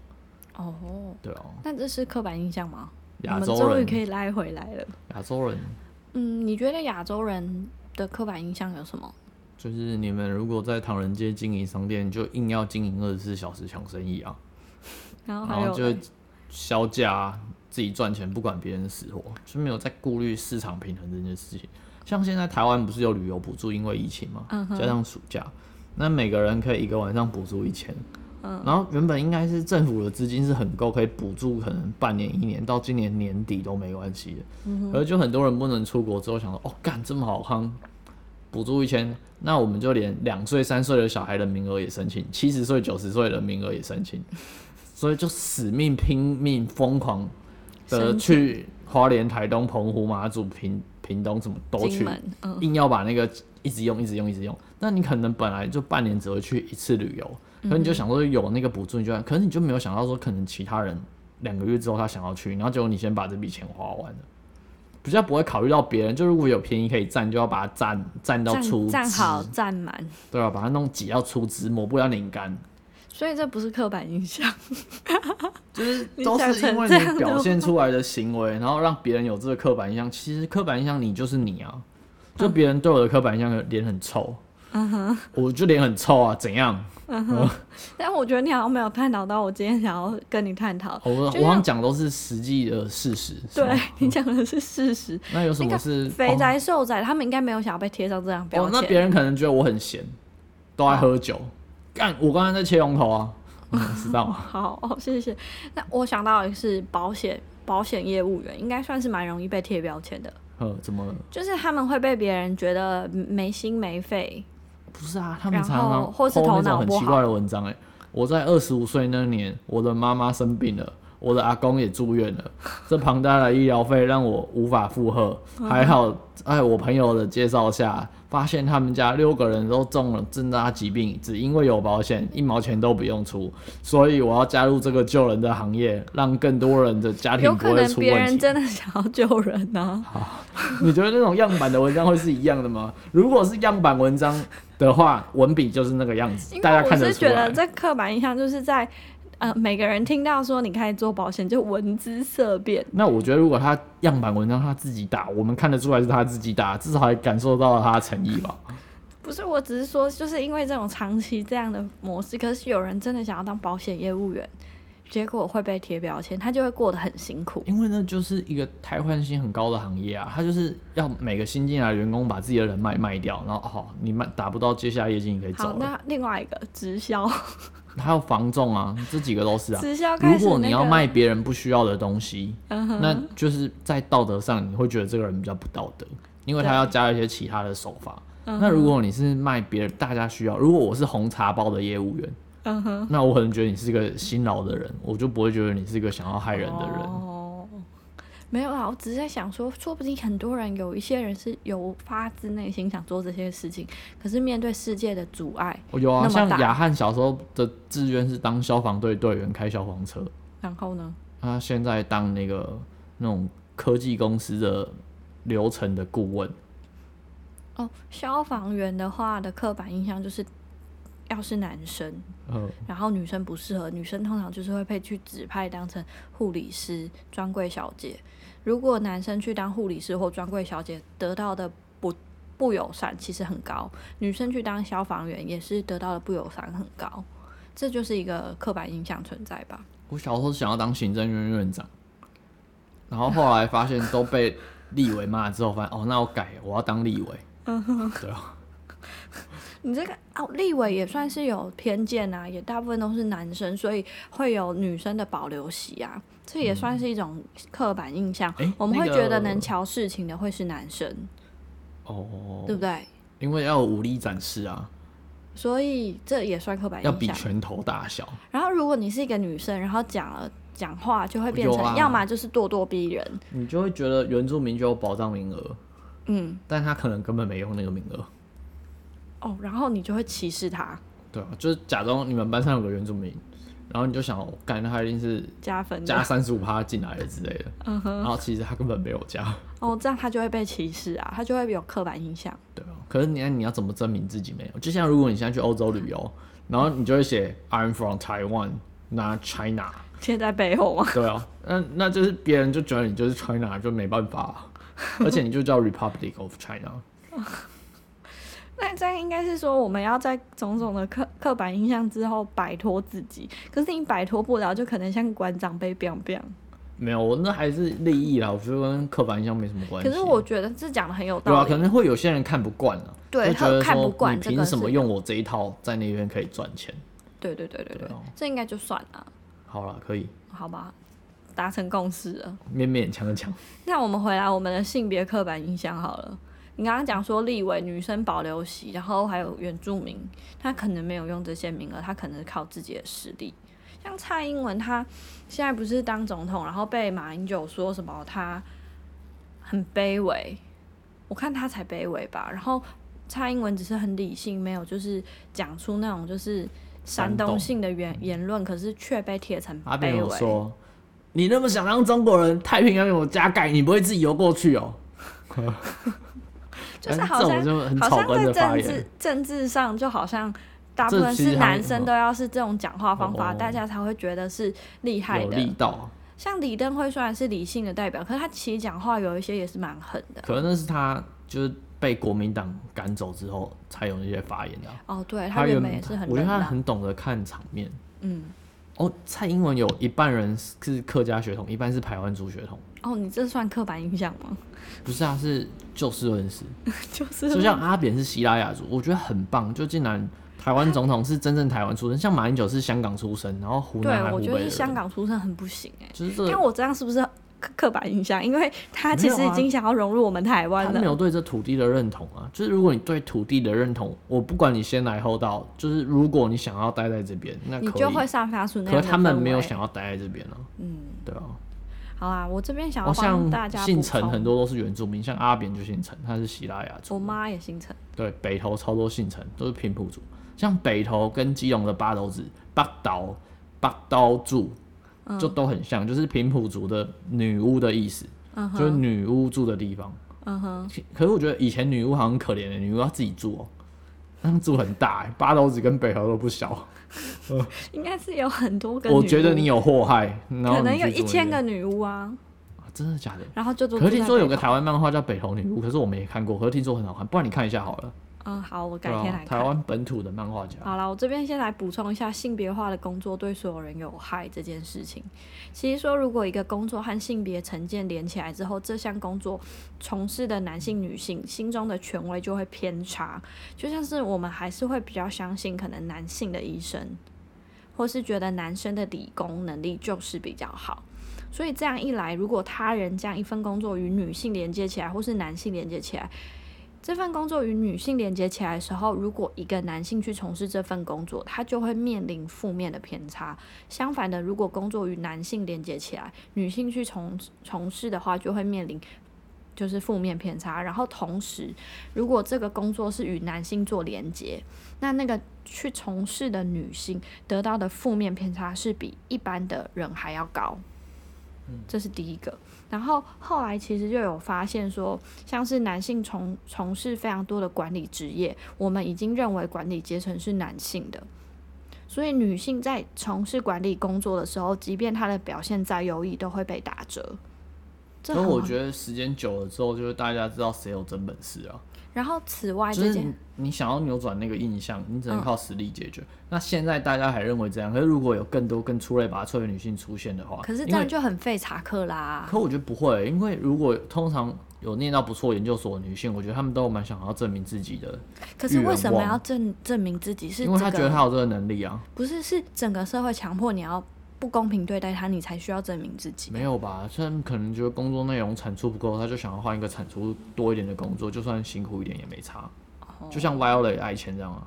Speaker 2: 哦、
Speaker 1: 对哦、
Speaker 2: 那这是刻板印象吗？我
Speaker 1: 亚
Speaker 2: 们
Speaker 1: 洲
Speaker 2: 终于可
Speaker 1: 人，
Speaker 2: 以拉回来了。
Speaker 1: 亚洲人
Speaker 2: 嗯，你觉得亚洲人的刻板印象有什么？
Speaker 1: 就是你们如果在唐人街经营商店，就硬要经营二十四小时抢生意啊。
Speaker 2: 然后还
Speaker 1: 然
Speaker 2: 有
Speaker 1: 后就销价啊，自己赚钱，不管别人死活，就没有在顾虑市场平衡这件事情。像现在台湾不是有旅游补助，因为疫情嘛，
Speaker 2: 嗯哼
Speaker 1: 加上暑假，那每个人可以一个晚上补助一千。
Speaker 2: 嗯
Speaker 1: 然后原本应该是政府的资金是很够，可以补助可能半年、一年到今年年底都没关系的。
Speaker 2: 嗯
Speaker 1: 而就很多人不能出国之后想说，哦，干这么好康，补助一千，那我们就连两岁、三岁的小孩的名额也申请，七十岁、九十岁的名额也申请，所以就死命拼命疯狂的
Speaker 2: 申请
Speaker 1: 去花莲、台东、澎湖、马祖、屏屏东什么都
Speaker 2: 金
Speaker 1: 去，
Speaker 2: 门，嗯，
Speaker 1: 硬要把那个一直用、一直用、一直用。那你可能本来就半年只会去一次旅游，可能你就想说有那个补助你就来，可是你就没有想到说可能其他人两个月之后他想要去，然后结果你先把这笔钱花完了。比较不会考虑到别人，就如果有便宜可以占，就要把它占占到出
Speaker 2: 站站
Speaker 1: 汁
Speaker 2: 好站满，
Speaker 1: 对啊，把它弄挤要出汁，抹布要拧干，
Speaker 2: 所以这不是刻板印象。
Speaker 1: 就是
Speaker 2: 你
Speaker 1: 都
Speaker 2: 讲
Speaker 1: 是因
Speaker 2: 成
Speaker 1: 为
Speaker 2: 这样
Speaker 1: 你
Speaker 2: 的
Speaker 1: 表
Speaker 2: 话
Speaker 1: 现出来的行为，然后让别人有这个
Speaker 2: 嗯
Speaker 1: 刻板印象。其实刻板印象你就是你啊，就别人对我的刻板印象，脸很臭，我就脸很臭啊，怎样？
Speaker 2: 但我觉得你好像没有探讨到我今天想要跟你探讨。
Speaker 1: 我我
Speaker 2: 就
Speaker 1: 好
Speaker 2: 像
Speaker 1: 像讲的都是实际的事实，哦是吗
Speaker 2: 对，你讲的是事实。
Speaker 1: 那有什
Speaker 2: 那
Speaker 1: 么
Speaker 2: 个
Speaker 1: 是
Speaker 2: 肥宅、瘦宅，他们应该没有想要被贴上这样
Speaker 1: 哦？
Speaker 2: 标
Speaker 1: 哦，那别
Speaker 2: 签。
Speaker 1: 人可能觉得我很闲，都爱
Speaker 2: 哦
Speaker 1: 喝酒。干，我刚才在切龙头 啊，嗯知道吗？
Speaker 2: 好、哦，谢谢。那我想到的是保险，保险业务员应该算是蛮容易被贴标签的，
Speaker 1: 呃，怎么了？
Speaker 2: 就是他们会被别人觉得没心没肺。
Speaker 1: 不是啊，他们
Speaker 2: 然
Speaker 1: 常常
Speaker 2: 后或是
Speaker 1: po
Speaker 2: 头
Speaker 1: 那种
Speaker 2: 脑
Speaker 1: 很
Speaker 2: 不
Speaker 1: 奇怪的文章、欸。哎，我在二十五岁那年，我的妈妈生病了，我的阿公也住 院了，这庞大的医疗费让我无法负荷。
Speaker 2: 嗯
Speaker 1: 还好，哎，我朋友的介绍下，发现他们家六个人都中了重大疾病，只因为有保险，一毛钱都不用出。所以我要加入这个救人的行业，让更多人的家
Speaker 2: 有
Speaker 1: 庭不
Speaker 2: 可
Speaker 1: 会
Speaker 2: 能
Speaker 1: 出
Speaker 2: 别人
Speaker 1: 问题。
Speaker 2: 真的想要救人啊呢、
Speaker 1: 你觉得那种样板的文章会是一样的吗？如果是样板文章的话，文笔就是那个样子，
Speaker 2: 因
Speaker 1: 大家
Speaker 2: 为我
Speaker 1: 看
Speaker 2: 是
Speaker 1: 得出
Speaker 2: 觉
Speaker 1: 来
Speaker 2: 得。这刻板印象就是在呃，每个人听到说你开始做保险就闻之色变。
Speaker 1: 那我觉得，如果他样板文章他自己打，我们看得出来是他自己打，至少还感受到了他的诚意吧。
Speaker 2: 不是，我只是说，就是因为这种长期这样的模式，可是有人真的想要当保险业务员，结果会被贴标签，他就会过得很辛 苦。
Speaker 1: 因为那就是一个汰换性很高的行业啊，他就是要每个新进来的员工把自己的人脉卖掉，然后哦，你卖打不到接下来业绩，你可以
Speaker 2: 好
Speaker 1: 走，了。
Speaker 2: 那另外一个直销，
Speaker 1: 还有防重啊，这几个都是啊。
Speaker 2: 直销开
Speaker 1: 如
Speaker 2: 始、那个、
Speaker 1: 果你要卖别人不需要的东西，
Speaker 2: 嗯
Speaker 1: 那就是在道德上你会觉得这个人比较不道德，因为他
Speaker 2: 对嗯
Speaker 1: 要加一些其他的手法。那如果你是卖别人大家需要，如果我是红茶包的业务员，
Speaker 2: 嗯哼
Speaker 1: 那我可能觉得你是个辛劳的人，我就不会觉得你是个想要害人的人。
Speaker 2: 哦没有啦，我只是在想说，说不定很多人有一些人是有发自内心想做这些事情，可是面对世界的阻碍，
Speaker 1: 我有啊，
Speaker 2: 那么
Speaker 1: 像
Speaker 2: 大
Speaker 1: 雅翰小时候的志愿是当消防队队员，开消防车。
Speaker 2: 然后呢，
Speaker 1: 他现在当那个那种科技公司的流程的顾问，
Speaker 2: 哦，消防员的话的刻板印象就是，要是男生，
Speaker 1: 呃，
Speaker 2: 然后女生不适合，女生通常就是会被去指派当成护理师、专柜小姐。如果男生去当护理师或专柜小姐，得到的不不友善其实很高；女生去当消防员也是得到的不友善很高。这就是一个刻板印象存在吧？
Speaker 1: 我小时候想要当行政院院长，然后后来发现都被立委骂之后，发现哦，那我改，我要当立委。
Speaker 2: 嗯
Speaker 1: 对啊，
Speaker 2: 你这个哦，立委也算是有偏见啊，也大部分都是男生，所以会有女生的保留席啊，这也算是一种刻板印象。
Speaker 1: 嗯诶
Speaker 2: 我们会
Speaker 1: 那个
Speaker 2: 觉得能瞧事情的会是男生，
Speaker 1: 哦，
Speaker 2: 对不对？
Speaker 1: 因为要有武力展示啊，
Speaker 2: 所以这也算刻板
Speaker 1: 要比
Speaker 2: 印象。
Speaker 1: 拳头大小。
Speaker 2: 然后如果你是一个女生，然后讲了讲话就会变
Speaker 1: 有
Speaker 2: 成，
Speaker 1: 啊
Speaker 2: 要么就是咄咄逼人，
Speaker 1: 你就会觉得原住民就有保障名额，
Speaker 2: 嗯，
Speaker 1: 但他可能根本没用那个名额。
Speaker 2: 哦，然后你就会歧视她，
Speaker 1: 对啊，就是假装你们班上有个原住民，然后你就想，我感觉他一定是
Speaker 2: 加分
Speaker 1: 加
Speaker 2: 的，
Speaker 1: 三十五趴进来的之类的，
Speaker 2: 嗯哼，
Speaker 1: 然后其实他根本没有加，
Speaker 2: 哦，这样她就会被歧视啊，她就会有刻板印象。
Speaker 1: 对啊。可是你你要怎么证明自己没有？就像如果你现在去欧洲旅游，然后你就会写 I'm from Taiwan。not China，
Speaker 2: 贴在背后吗？
Speaker 1: 对啊， 那那就是别人就觉得你就是 China，就没办法 啊、而且你就叫 Republic of China，
Speaker 2: 那这样应该是说，我们要在种种的刻刻板印象之后摆脱自己。可是你摆脱不了，就可能像馆长被 biang biang。
Speaker 1: 没有，我那还是利益啊啦，我觉得跟刻板印象没什么关系。
Speaker 2: 可是我觉得这讲的很有
Speaker 1: 对啊，
Speaker 2: 道理
Speaker 1: 可。能会有些人看不惯啊，
Speaker 2: 对
Speaker 1: 就觉得
Speaker 2: 他看不
Speaker 1: 说
Speaker 2: 惯
Speaker 1: 你
Speaker 2: 这个
Speaker 1: 凭什么
Speaker 2: 是
Speaker 1: 用我这一套在那边可以赚钱？
Speaker 2: 对对对对对，
Speaker 1: 对啊
Speaker 2: 这应该就算了，
Speaker 1: 好了，可以
Speaker 2: 好吧，达成共识了。
Speaker 1: 勉勉强强。
Speaker 2: 那我们回来我们的性别刻板印象好了。你刚刚讲说立委女生保留席，然后还有原住民，她可能没有用这些名额，她可能是靠自己的实力。像蔡英文，她现在不是当总统，然后被马英九说什么她很卑微，我看她才卑微吧。然后蔡英文只是很理性，没有就是讲出那种就是煽
Speaker 1: 煽
Speaker 2: 动
Speaker 1: 动
Speaker 2: 性的言言论，可是却被贴成
Speaker 1: 阿
Speaker 2: 卑
Speaker 1: 扁有
Speaker 2: 微。
Speaker 1: 说，你那么想当中国人，太平洋有加盖，你不会自己游过去哦、
Speaker 2: 就是
Speaker 1: 哎
Speaker 2: 好
Speaker 1: 这种
Speaker 2: 像
Speaker 1: 就很
Speaker 2: 好
Speaker 1: 草
Speaker 2: 像
Speaker 1: 根的
Speaker 2: 在
Speaker 1: 发
Speaker 2: 政
Speaker 1: 言
Speaker 2: 治。政治上，就好像大部
Speaker 1: 这
Speaker 2: 分
Speaker 1: 其
Speaker 2: 是
Speaker 1: 实还
Speaker 2: 男生都要是这种讲话方法，
Speaker 1: 哦
Speaker 2: 大家才会觉得是厉害
Speaker 1: 有力
Speaker 2: 的。
Speaker 1: 道，啊
Speaker 2: 像李登辉虽然是理性的代表，可是他其实讲话有一些也是蛮狠的。
Speaker 1: 可能那是他就是被国民党赶走之后才有那些发言的啊、
Speaker 2: 哦，对他原本也是很
Speaker 1: 我觉
Speaker 2: 冷
Speaker 1: 得他
Speaker 2: 淡，
Speaker 1: 很懂得看场面。
Speaker 2: 嗯，
Speaker 1: 哦，蔡英文有一半人是客家血统，一半是台湾族血统，
Speaker 2: 哦，你这算刻板印象吗？
Speaker 1: 不是啊，是就事论事。
Speaker 2: 就是
Speaker 1: 就像阿扁是希拉雅族，我觉得很棒，就竟然台湾总统是真正台湾出身，像马英九是香港出身，然后湖
Speaker 2: 对啊
Speaker 1: 南还，湖
Speaker 2: 我
Speaker 1: 北
Speaker 2: 觉
Speaker 1: 的
Speaker 2: 得是
Speaker 1: 人，
Speaker 2: 香港出身很不行哎、
Speaker 1: 就是这
Speaker 2: 但
Speaker 1: 个
Speaker 2: 我这样是不是刻刻板印象？因为他
Speaker 1: 没
Speaker 2: 其
Speaker 1: 有
Speaker 2: 实已
Speaker 1: 啊
Speaker 2: 经想要融入我们台湾
Speaker 1: 他没
Speaker 2: 了。
Speaker 1: 有对这土地的认同啊。就是如果你对土地的认同，我不管你先来后到，就是如果你想要待在这边，那可
Speaker 2: 你
Speaker 1: 以。
Speaker 2: 就会散发出那
Speaker 1: 可
Speaker 2: 样
Speaker 1: 是
Speaker 2: 的
Speaker 1: 他们
Speaker 2: 氛
Speaker 1: 没有
Speaker 2: 围
Speaker 1: 想要待在这边啊，
Speaker 2: 嗯，
Speaker 1: 对啊。
Speaker 2: 好啦，我这边想
Speaker 1: 哦，
Speaker 2: 要帮
Speaker 1: 像
Speaker 2: 大家
Speaker 1: 姓
Speaker 2: 补
Speaker 1: 陈
Speaker 2: 充，
Speaker 1: 很多都是原住民，像阿扁就姓陈，他是希拉雅族。
Speaker 2: 我妈也姓陈，
Speaker 1: 对，北投超多姓陈，都是平埔族。像北投跟基隆的八斗子、八岛、八刀住，就都很像，就是平埔族的女巫的意思，
Speaker 2: 嗯
Speaker 1: 就是
Speaker 2: 哼，
Speaker 1: 女巫住的地方。
Speaker 2: 嗯哼，
Speaker 1: 其可是我觉得以前女巫好像很可怜的、女巫要自己住哦、他们住很大、欸，八斗子跟北投都不小。
Speaker 2: 应该是有很多个女巫。
Speaker 1: 我觉得你有祸害，然后
Speaker 2: 可能
Speaker 1: 你
Speaker 2: 有
Speaker 1: 去
Speaker 2: 一
Speaker 1: 住那
Speaker 2: 千
Speaker 1: 边
Speaker 2: 个女巫啊，
Speaker 1: 啊真的假的？
Speaker 2: 然后就都
Speaker 1: 可是
Speaker 2: 住
Speaker 1: 听
Speaker 2: 在
Speaker 1: 说有
Speaker 2: 北
Speaker 1: 个
Speaker 2: 投
Speaker 1: 台湾漫画叫《北投女巫》，可是我没看过，可是听说很好看，不然你看一下好了。
Speaker 2: 嗯，好，我改
Speaker 1: 对啊
Speaker 2: 天来
Speaker 1: 台
Speaker 2: 看。
Speaker 1: 湾本土的漫画家。
Speaker 2: 好了，我这边先来补充一下性别化的工作对所有人有害这件事情。其实说，如果一个工作和性别成见连起来之后，这项工作从事的男性、女性心中的权威就会偏差。就像是我们还是会比较相信可能男性的医生，或是觉得男生的理工能力就是比较好。所以这样一来，如果他人将一份工作与女性连接起来，或是男性连接起来，这份工作与女性连接起来的时候，如果一个男性去从事这份工作，他就会面临负面的偏差。相反的，如果工作与男性连接起来，女性去从从事的话，就会面临就是负面偏差。然后同时，如果这个工作是与男性做连接，那那个去从事的女性得到的负面偏差是比一般的人还要高。这是第一个。然后后来其实就有发现说，像是男性从从事非常多的管理职业，我们已经认为管理阶层是男性的，所以女性在从事管理工作的时候，即便她的表现再优异，都会被打折。这
Speaker 1: 可是
Speaker 2: 很
Speaker 1: 我
Speaker 2: 好
Speaker 1: 觉得时间久了之后，就是大家知道谁有真本事啊。
Speaker 2: 然后此外
Speaker 1: 就
Speaker 2: 这
Speaker 1: 是
Speaker 2: 件
Speaker 1: 你你想要扭转那个印象，你
Speaker 2: 嗯
Speaker 1: 只能靠实力解决。那现在大家还认为这样，可是如果有更多更出类拔萃的女性出现的话，
Speaker 2: 可是这
Speaker 1: 因为
Speaker 2: 样就很费查克啊啦。
Speaker 1: 可我觉得不会，因为如果通常有念到不错研究所的女性，我觉得她们都蛮想要证明自己的，
Speaker 2: 可是为什么
Speaker 1: 欲望
Speaker 2: 要证证明自己是
Speaker 1: 因为她
Speaker 2: 这
Speaker 1: 觉得她
Speaker 2: 个？
Speaker 1: 有这个能力啊，
Speaker 2: 不是，是整个社会强迫你要不公平对待他，你才需要证明自己。
Speaker 1: 没有吧？虽然可能觉得工作内容产出不够，她就想要换一个产出多一点的工作，就算辛苦一点也没差。
Speaker 2: 哦
Speaker 1: 就像 Violet 爱钱这样啊，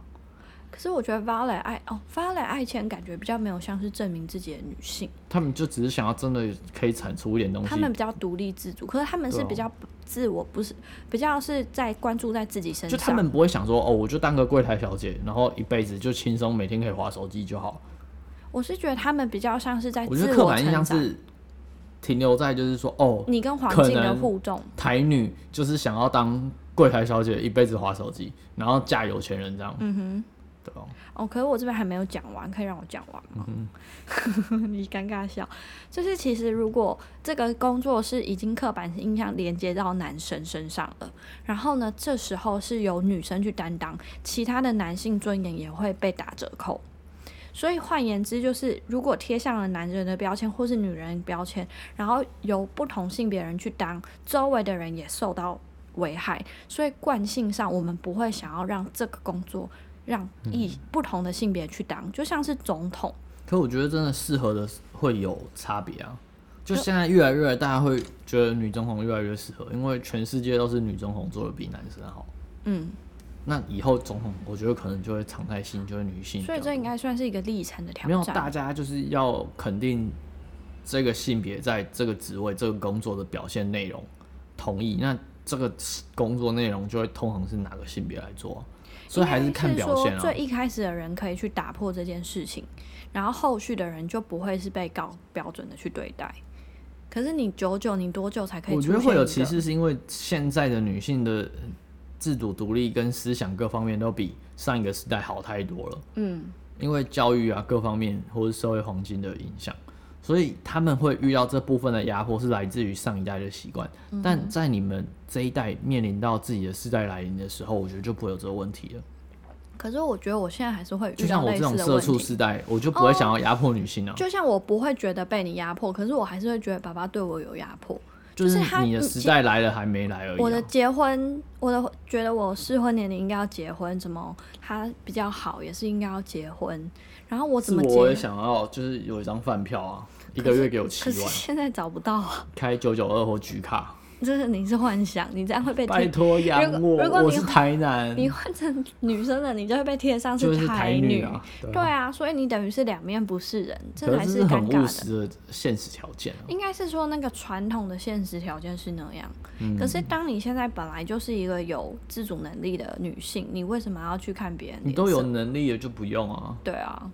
Speaker 2: 可是我觉得 Violet 爱哦，Violet 爱钱感觉比较没有像是证明自己的女性，
Speaker 1: 她们就只是想要真的可以产出一点东
Speaker 2: 她
Speaker 1: 西，
Speaker 2: 们比较独立自主，可是她们是
Speaker 1: 对啊
Speaker 2: 比较自我，不是比较是在关注在自己身
Speaker 1: 就
Speaker 2: 上。
Speaker 1: 他们不会想说哦，我就当个柜台小姐，然后一辈子就轻松每天可以划手机就好。
Speaker 2: 我是觉得她们比较像是在
Speaker 1: 我
Speaker 2: 哎自
Speaker 1: 觉得刻
Speaker 2: 我
Speaker 1: 板印
Speaker 2: 成
Speaker 1: 象
Speaker 2: 长。
Speaker 1: 是停留在就是说哦，
Speaker 2: 你跟环
Speaker 1: 可
Speaker 2: 境的
Speaker 1: 能
Speaker 2: 互动，
Speaker 1: 台女就是想要当柜台小姐，一辈子划手机，然后嫁有钱人这样，
Speaker 2: 嗯哼，
Speaker 1: 对吧？
Speaker 2: 哦，可是我这边还没有讲完，可以让我讲完吗？ 你尴尬笑，就是其实如果这个工作是已经刻板印象连接到男生身上了，然后呢，这时候是由女生去担当，其他的男性尊严也会被打折扣。所以换言之，就是如果贴上了男人的标签或是女人的标签，然后由不同性别人去当，周围的人也受到危害。所以惯性上，我们不会想要让这个工作让
Speaker 1: 嗯
Speaker 2: 以不同的性别去当，就像是总统。
Speaker 1: 可我觉得真的适合的会有差别啊。就现在越来越大家会觉得女总统越来越适合，因为全世界都是女总统做的比男生好。
Speaker 2: 嗯，
Speaker 1: 那以后总统，我觉得可能就会常态性就是女性比较多。
Speaker 2: 所以这应该算是一个历程的挑
Speaker 1: 哦没有，大
Speaker 2: 战。
Speaker 1: 家就是要肯定这个性别在这个职位、这个工作的表现内容，同意。那这个工作内容就会通常是哪个性别来做啊，所以还
Speaker 2: 应
Speaker 1: 是
Speaker 2: 该
Speaker 1: 看
Speaker 2: 是
Speaker 1: 表现
Speaker 2: 说
Speaker 1: 啊。
Speaker 2: 最一开始的人可以去打破这件事情，然后后续的人就不会是被高标准的去对待。可是你久久，你多久才可以？
Speaker 1: 我觉得会有歧。视，是因为现在的女性的自主独立跟思想各方面都比上一个时代好太多了，
Speaker 2: 嗯，
Speaker 1: 因为教育啊各方面或是社会环境的影响。所以他们会遇到这部分的压迫是来自于上一代的习惯，
Speaker 2: 嗯
Speaker 1: 但在你们这一代面临到自己的世代来临的时候，我觉得就不会有这个问题了。
Speaker 2: 可是我觉得我现在还是会
Speaker 1: 就
Speaker 2: 遇到
Speaker 1: 像我
Speaker 2: 类
Speaker 1: 这
Speaker 2: 似
Speaker 1: 种
Speaker 2: 的
Speaker 1: 社
Speaker 2: 问
Speaker 1: 畜
Speaker 2: 题。哦
Speaker 1: 世代，我就不会想要压迫女性啊。
Speaker 2: 就像我不会觉得被你压迫，可是我还是会觉得爸爸对我有压迫。
Speaker 1: 就是
Speaker 2: 就是他嗯
Speaker 1: 你的时代来了还没来而已、啊。
Speaker 2: 我的结婚，我的觉得我适婚年龄应该要结婚，怎么他比较好，也是应该要结婚。然后我怎
Speaker 1: 是
Speaker 2: 么
Speaker 1: 我也
Speaker 2: 结？
Speaker 1: 想要，就是有一张饭票啊，一
Speaker 2: 一
Speaker 1: 个月给我七
Speaker 2: 可是
Speaker 1: 万，
Speaker 2: 现在找不到啊！
Speaker 1: 开九九二或举卡。
Speaker 2: 这是你是幻想，你这样会被
Speaker 1: 拜
Speaker 2: 贴。
Speaker 1: 托养
Speaker 2: 如
Speaker 1: 我
Speaker 2: 果如，果
Speaker 1: 我
Speaker 2: 你
Speaker 1: 是台南，
Speaker 2: 你换成女生了，你就会被贴上
Speaker 1: 就是
Speaker 2: 台
Speaker 1: 台女啊。
Speaker 2: 对啊，所以你等于是两面不是人，这
Speaker 1: 可
Speaker 2: 才
Speaker 1: 是这
Speaker 2: 尴
Speaker 1: 很
Speaker 2: 尬
Speaker 1: 务
Speaker 2: 的。
Speaker 1: 实的现实条件啊。
Speaker 2: 应该是说那个传统的现实条件是那样，
Speaker 1: 嗯
Speaker 2: 可是当你现在本来就是一个有自主能力的女性，你为什么要去看别人？
Speaker 1: 你都有。能力了就不用啊。
Speaker 2: 对啊，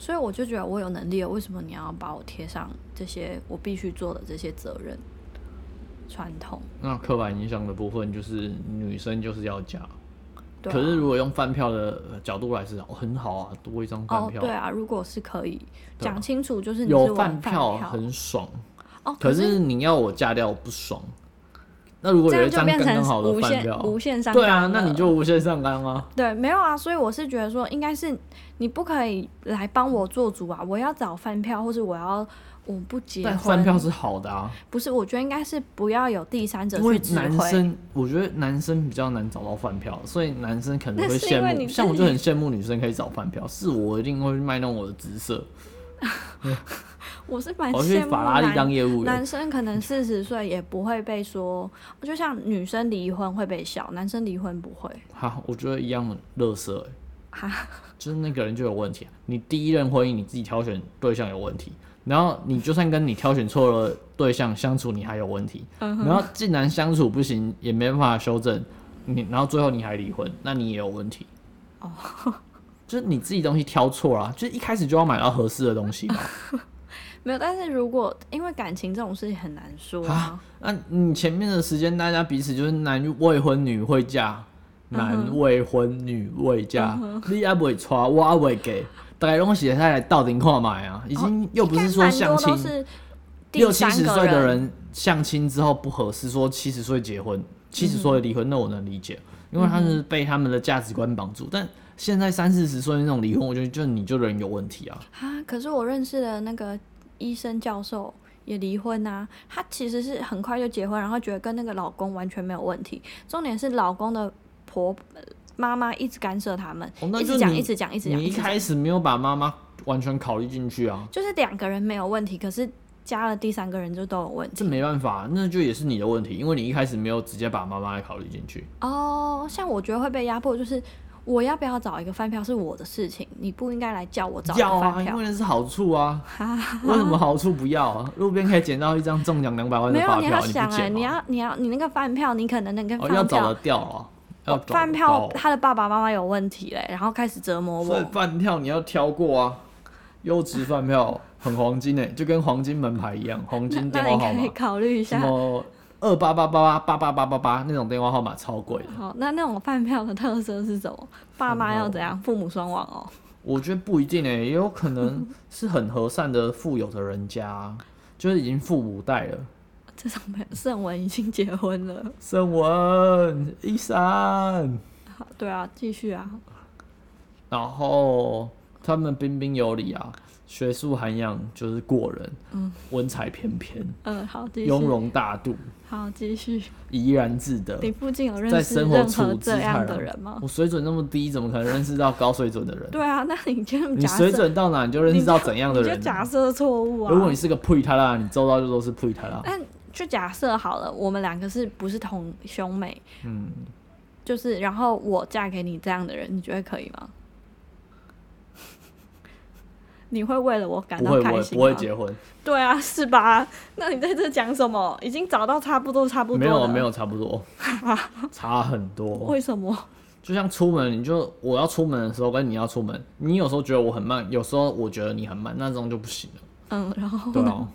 Speaker 2: 所以我就觉得我有能力了，为什么你要把我贴上这些我必须做的这些责任？传统，
Speaker 1: 那刻板印象的部分就是女生就是要嫁，
Speaker 2: 对啊、
Speaker 1: 可是如果用饭票的呃角度来是很好啊，多一张饭
Speaker 2: 哦，
Speaker 1: 票，
Speaker 2: 对啊，如果是可以
Speaker 1: 对啊
Speaker 2: 讲清楚，就是你是
Speaker 1: 有
Speaker 2: 我
Speaker 1: 饭
Speaker 2: 饭
Speaker 1: 票很爽。
Speaker 2: 哦，
Speaker 1: 可
Speaker 2: 是
Speaker 1: 是你要我嫁掉我不爽，那如果
Speaker 2: 这
Speaker 1: 有一
Speaker 2: 样就
Speaker 1: 张
Speaker 2: 变
Speaker 1: 刚刚好
Speaker 2: 成
Speaker 1: 的
Speaker 2: 无
Speaker 1: 饭
Speaker 2: 限
Speaker 1: 票，
Speaker 2: 无限上
Speaker 1: 对啊，
Speaker 2: 纲
Speaker 1: 那你
Speaker 2: 了
Speaker 1: 就无限上纲啊。
Speaker 2: 对，没有啊，所以我是觉得说，应该是你不可以来帮我做主啊，我要找饭票，或是我要我不结
Speaker 1: 但
Speaker 2: 婚，
Speaker 1: 饭票是好的啊，
Speaker 2: 不是？我觉得应该是不要有第三者
Speaker 1: 因
Speaker 2: 去
Speaker 1: 为
Speaker 2: 指
Speaker 1: 男
Speaker 2: 挥。
Speaker 1: 生，我觉得男生比较难找到饭票，所以男生可能会
Speaker 2: 那是因
Speaker 1: 羡
Speaker 2: 为你
Speaker 1: 慕，
Speaker 2: 自己
Speaker 1: 像我就很羡慕女生可以找饭票，是我一定会卖弄我的姿色，
Speaker 2: 我是蛮
Speaker 1: 我去
Speaker 2: 羡慕
Speaker 1: 哦法拉利当
Speaker 2: 男
Speaker 1: 业务员
Speaker 2: 男，生可能四十岁也不会被说，就像女生离婚会被笑，男生离婚不会。
Speaker 1: 哈，我觉得一样的乐色、欸，
Speaker 2: 哈，
Speaker 1: 就是那个人就有问题啊、你第一任婚姻你自己挑选对象有问题，然后你就算跟你挑选错了对象相处，你还有问题，
Speaker 2: 嗯
Speaker 1: 然后既然相处不行，也没办法修正，你然后最后你还离婚，那你也有问题。
Speaker 2: 哦，
Speaker 1: 就是你自己东西挑错了啊、就是一开始就要买到合适的东西嘛。
Speaker 2: 没有，但是如果因为感情这种事情很难说啊
Speaker 1: 啊，那你前面的时间，大家彼此就是男未婚女会嫁，
Speaker 2: 嗯
Speaker 1: 男未婚女未嫁，你也不会娶，我也不会给，大概东西也来到顶看买啊，已经又不说
Speaker 2: 哦应该
Speaker 1: 相
Speaker 2: 蛮多
Speaker 1: 亲
Speaker 2: 都，是第
Speaker 1: 六七
Speaker 2: 三
Speaker 1: 十
Speaker 2: 个
Speaker 1: 岁的人相亲之后不合适，说七十岁结婚，七十岁离婚，那我能理
Speaker 2: 嗯
Speaker 1: 解，因为他是被他们的价值观绑住，但。现在三四十岁那种离婚，我觉得就你就人有问题啊。
Speaker 2: 啊，可是我认识的那个医生教授也离婚啊，她其实是很快就结婚，然后觉得跟那个老公完全没有问题。重点是老公的婆呃妈妈一直干涉他们，
Speaker 1: 哦那
Speaker 2: 一
Speaker 1: 就
Speaker 2: 直讲，
Speaker 1: 你
Speaker 2: 一直讲，一直讲，
Speaker 1: 你一
Speaker 2: 直讲
Speaker 1: 开始没有把妈妈完全考虑进去啊，
Speaker 2: 就是两个人没有问题，可是加了第三个人就都有问
Speaker 1: 这
Speaker 2: 题。
Speaker 1: 没办法，那就也是你的问题，因为你一开始没有直接把妈妈考虑进去。
Speaker 2: 哦，像我觉得会被压迫，就是我要不要找一个饭票是我的事情，你不应该来叫我找一
Speaker 1: 要
Speaker 2: 个
Speaker 1: 啊，
Speaker 2: 饭
Speaker 1: 因
Speaker 2: 票。
Speaker 1: 为那是好处啊。为什么好处不要啊？路边可以捡到一张中奖两百万的
Speaker 2: 没
Speaker 1: 发
Speaker 2: 有，你
Speaker 1: 票，
Speaker 2: 要
Speaker 1: 你
Speaker 2: 想
Speaker 1: 不
Speaker 2: 哎、
Speaker 1: 捡
Speaker 2: 你
Speaker 1: 吗？
Speaker 2: 要你要你那个饭票，你可能那个
Speaker 1: 哦，
Speaker 2: 饭
Speaker 1: 要
Speaker 2: 票
Speaker 1: 找得掉啊，要找得
Speaker 2: 饭票
Speaker 1: 到，啊
Speaker 2: 他的爸爸妈妈有问题嘞，然后开始折磨
Speaker 1: 所以
Speaker 2: 我。
Speaker 1: 饭票你要挑过啊。优质饭票很黄金诶、就跟黄金门牌一样，黄
Speaker 2: 那
Speaker 1: 金电
Speaker 2: 那
Speaker 1: 话
Speaker 2: 你
Speaker 1: 号
Speaker 2: 可以
Speaker 1: 码，
Speaker 2: 考虑一
Speaker 1: 什
Speaker 2: 下。
Speaker 1: 么二八八八八八八八八八那种电话号码超贵的。
Speaker 2: 好，那那种饭票的特色是什么？爸妈要怎样？父母双亡哦。
Speaker 1: 我觉得不一定诶、欸也有可能是很和善的富有的人家啊、就是已经富五代了。
Speaker 2: 这种没有，圣文已经结婚了。
Speaker 1: 圣文、一山，
Speaker 2: 好，对啊，继续啊。
Speaker 1: 然后他们彬彬有礼啊，学术涵养就是过人，嗯，文采翩翩，
Speaker 2: 嗯，好，继
Speaker 1: 雍
Speaker 2: 续。
Speaker 1: 容大度，
Speaker 2: 好，继续。
Speaker 1: 怡然自得
Speaker 2: 你。附近有
Speaker 1: 呃在
Speaker 2: 认识
Speaker 1: 生活
Speaker 2: 任
Speaker 1: 处
Speaker 2: 何
Speaker 1: 之
Speaker 2: 这
Speaker 1: 泰
Speaker 2: 样
Speaker 1: 然
Speaker 2: 的人吗？
Speaker 1: 我水准那么低，怎么可能认识到高水准的人？
Speaker 2: 对啊，那你就
Speaker 1: 你
Speaker 2: 假
Speaker 1: 水
Speaker 2: 设，
Speaker 1: 准到哪，你就认识到怎样的
Speaker 2: 你就
Speaker 1: 人啊、
Speaker 2: 假设错误啊。
Speaker 1: 如果你是个配他啦，你周遭就都是配他啦。
Speaker 2: 但就假设好了，我们两个是不是同兄妹？
Speaker 1: 嗯，
Speaker 2: 就是然后我嫁给你这样的人，你觉得可以吗？ 你会为了我感
Speaker 1: 不
Speaker 2: 到
Speaker 1: 会，
Speaker 2: 哎开
Speaker 1: 我
Speaker 2: 心啊
Speaker 1: 不会
Speaker 2: 吗
Speaker 1: 结婚。
Speaker 2: 对啊，是吧？那你在这讲什么？已经找到差不多差不多
Speaker 1: 没有啊
Speaker 2: 了
Speaker 1: 没，有，差不 多，差很多。
Speaker 2: 为什么？
Speaker 1: 就像出门，你就我要出门的时候跟你要出门，你有时候觉得我很慢，有时候我觉得你很慢，那这种就不行了。
Speaker 2: 嗯，然后
Speaker 1: 对
Speaker 2: 呢？
Speaker 1: 啊，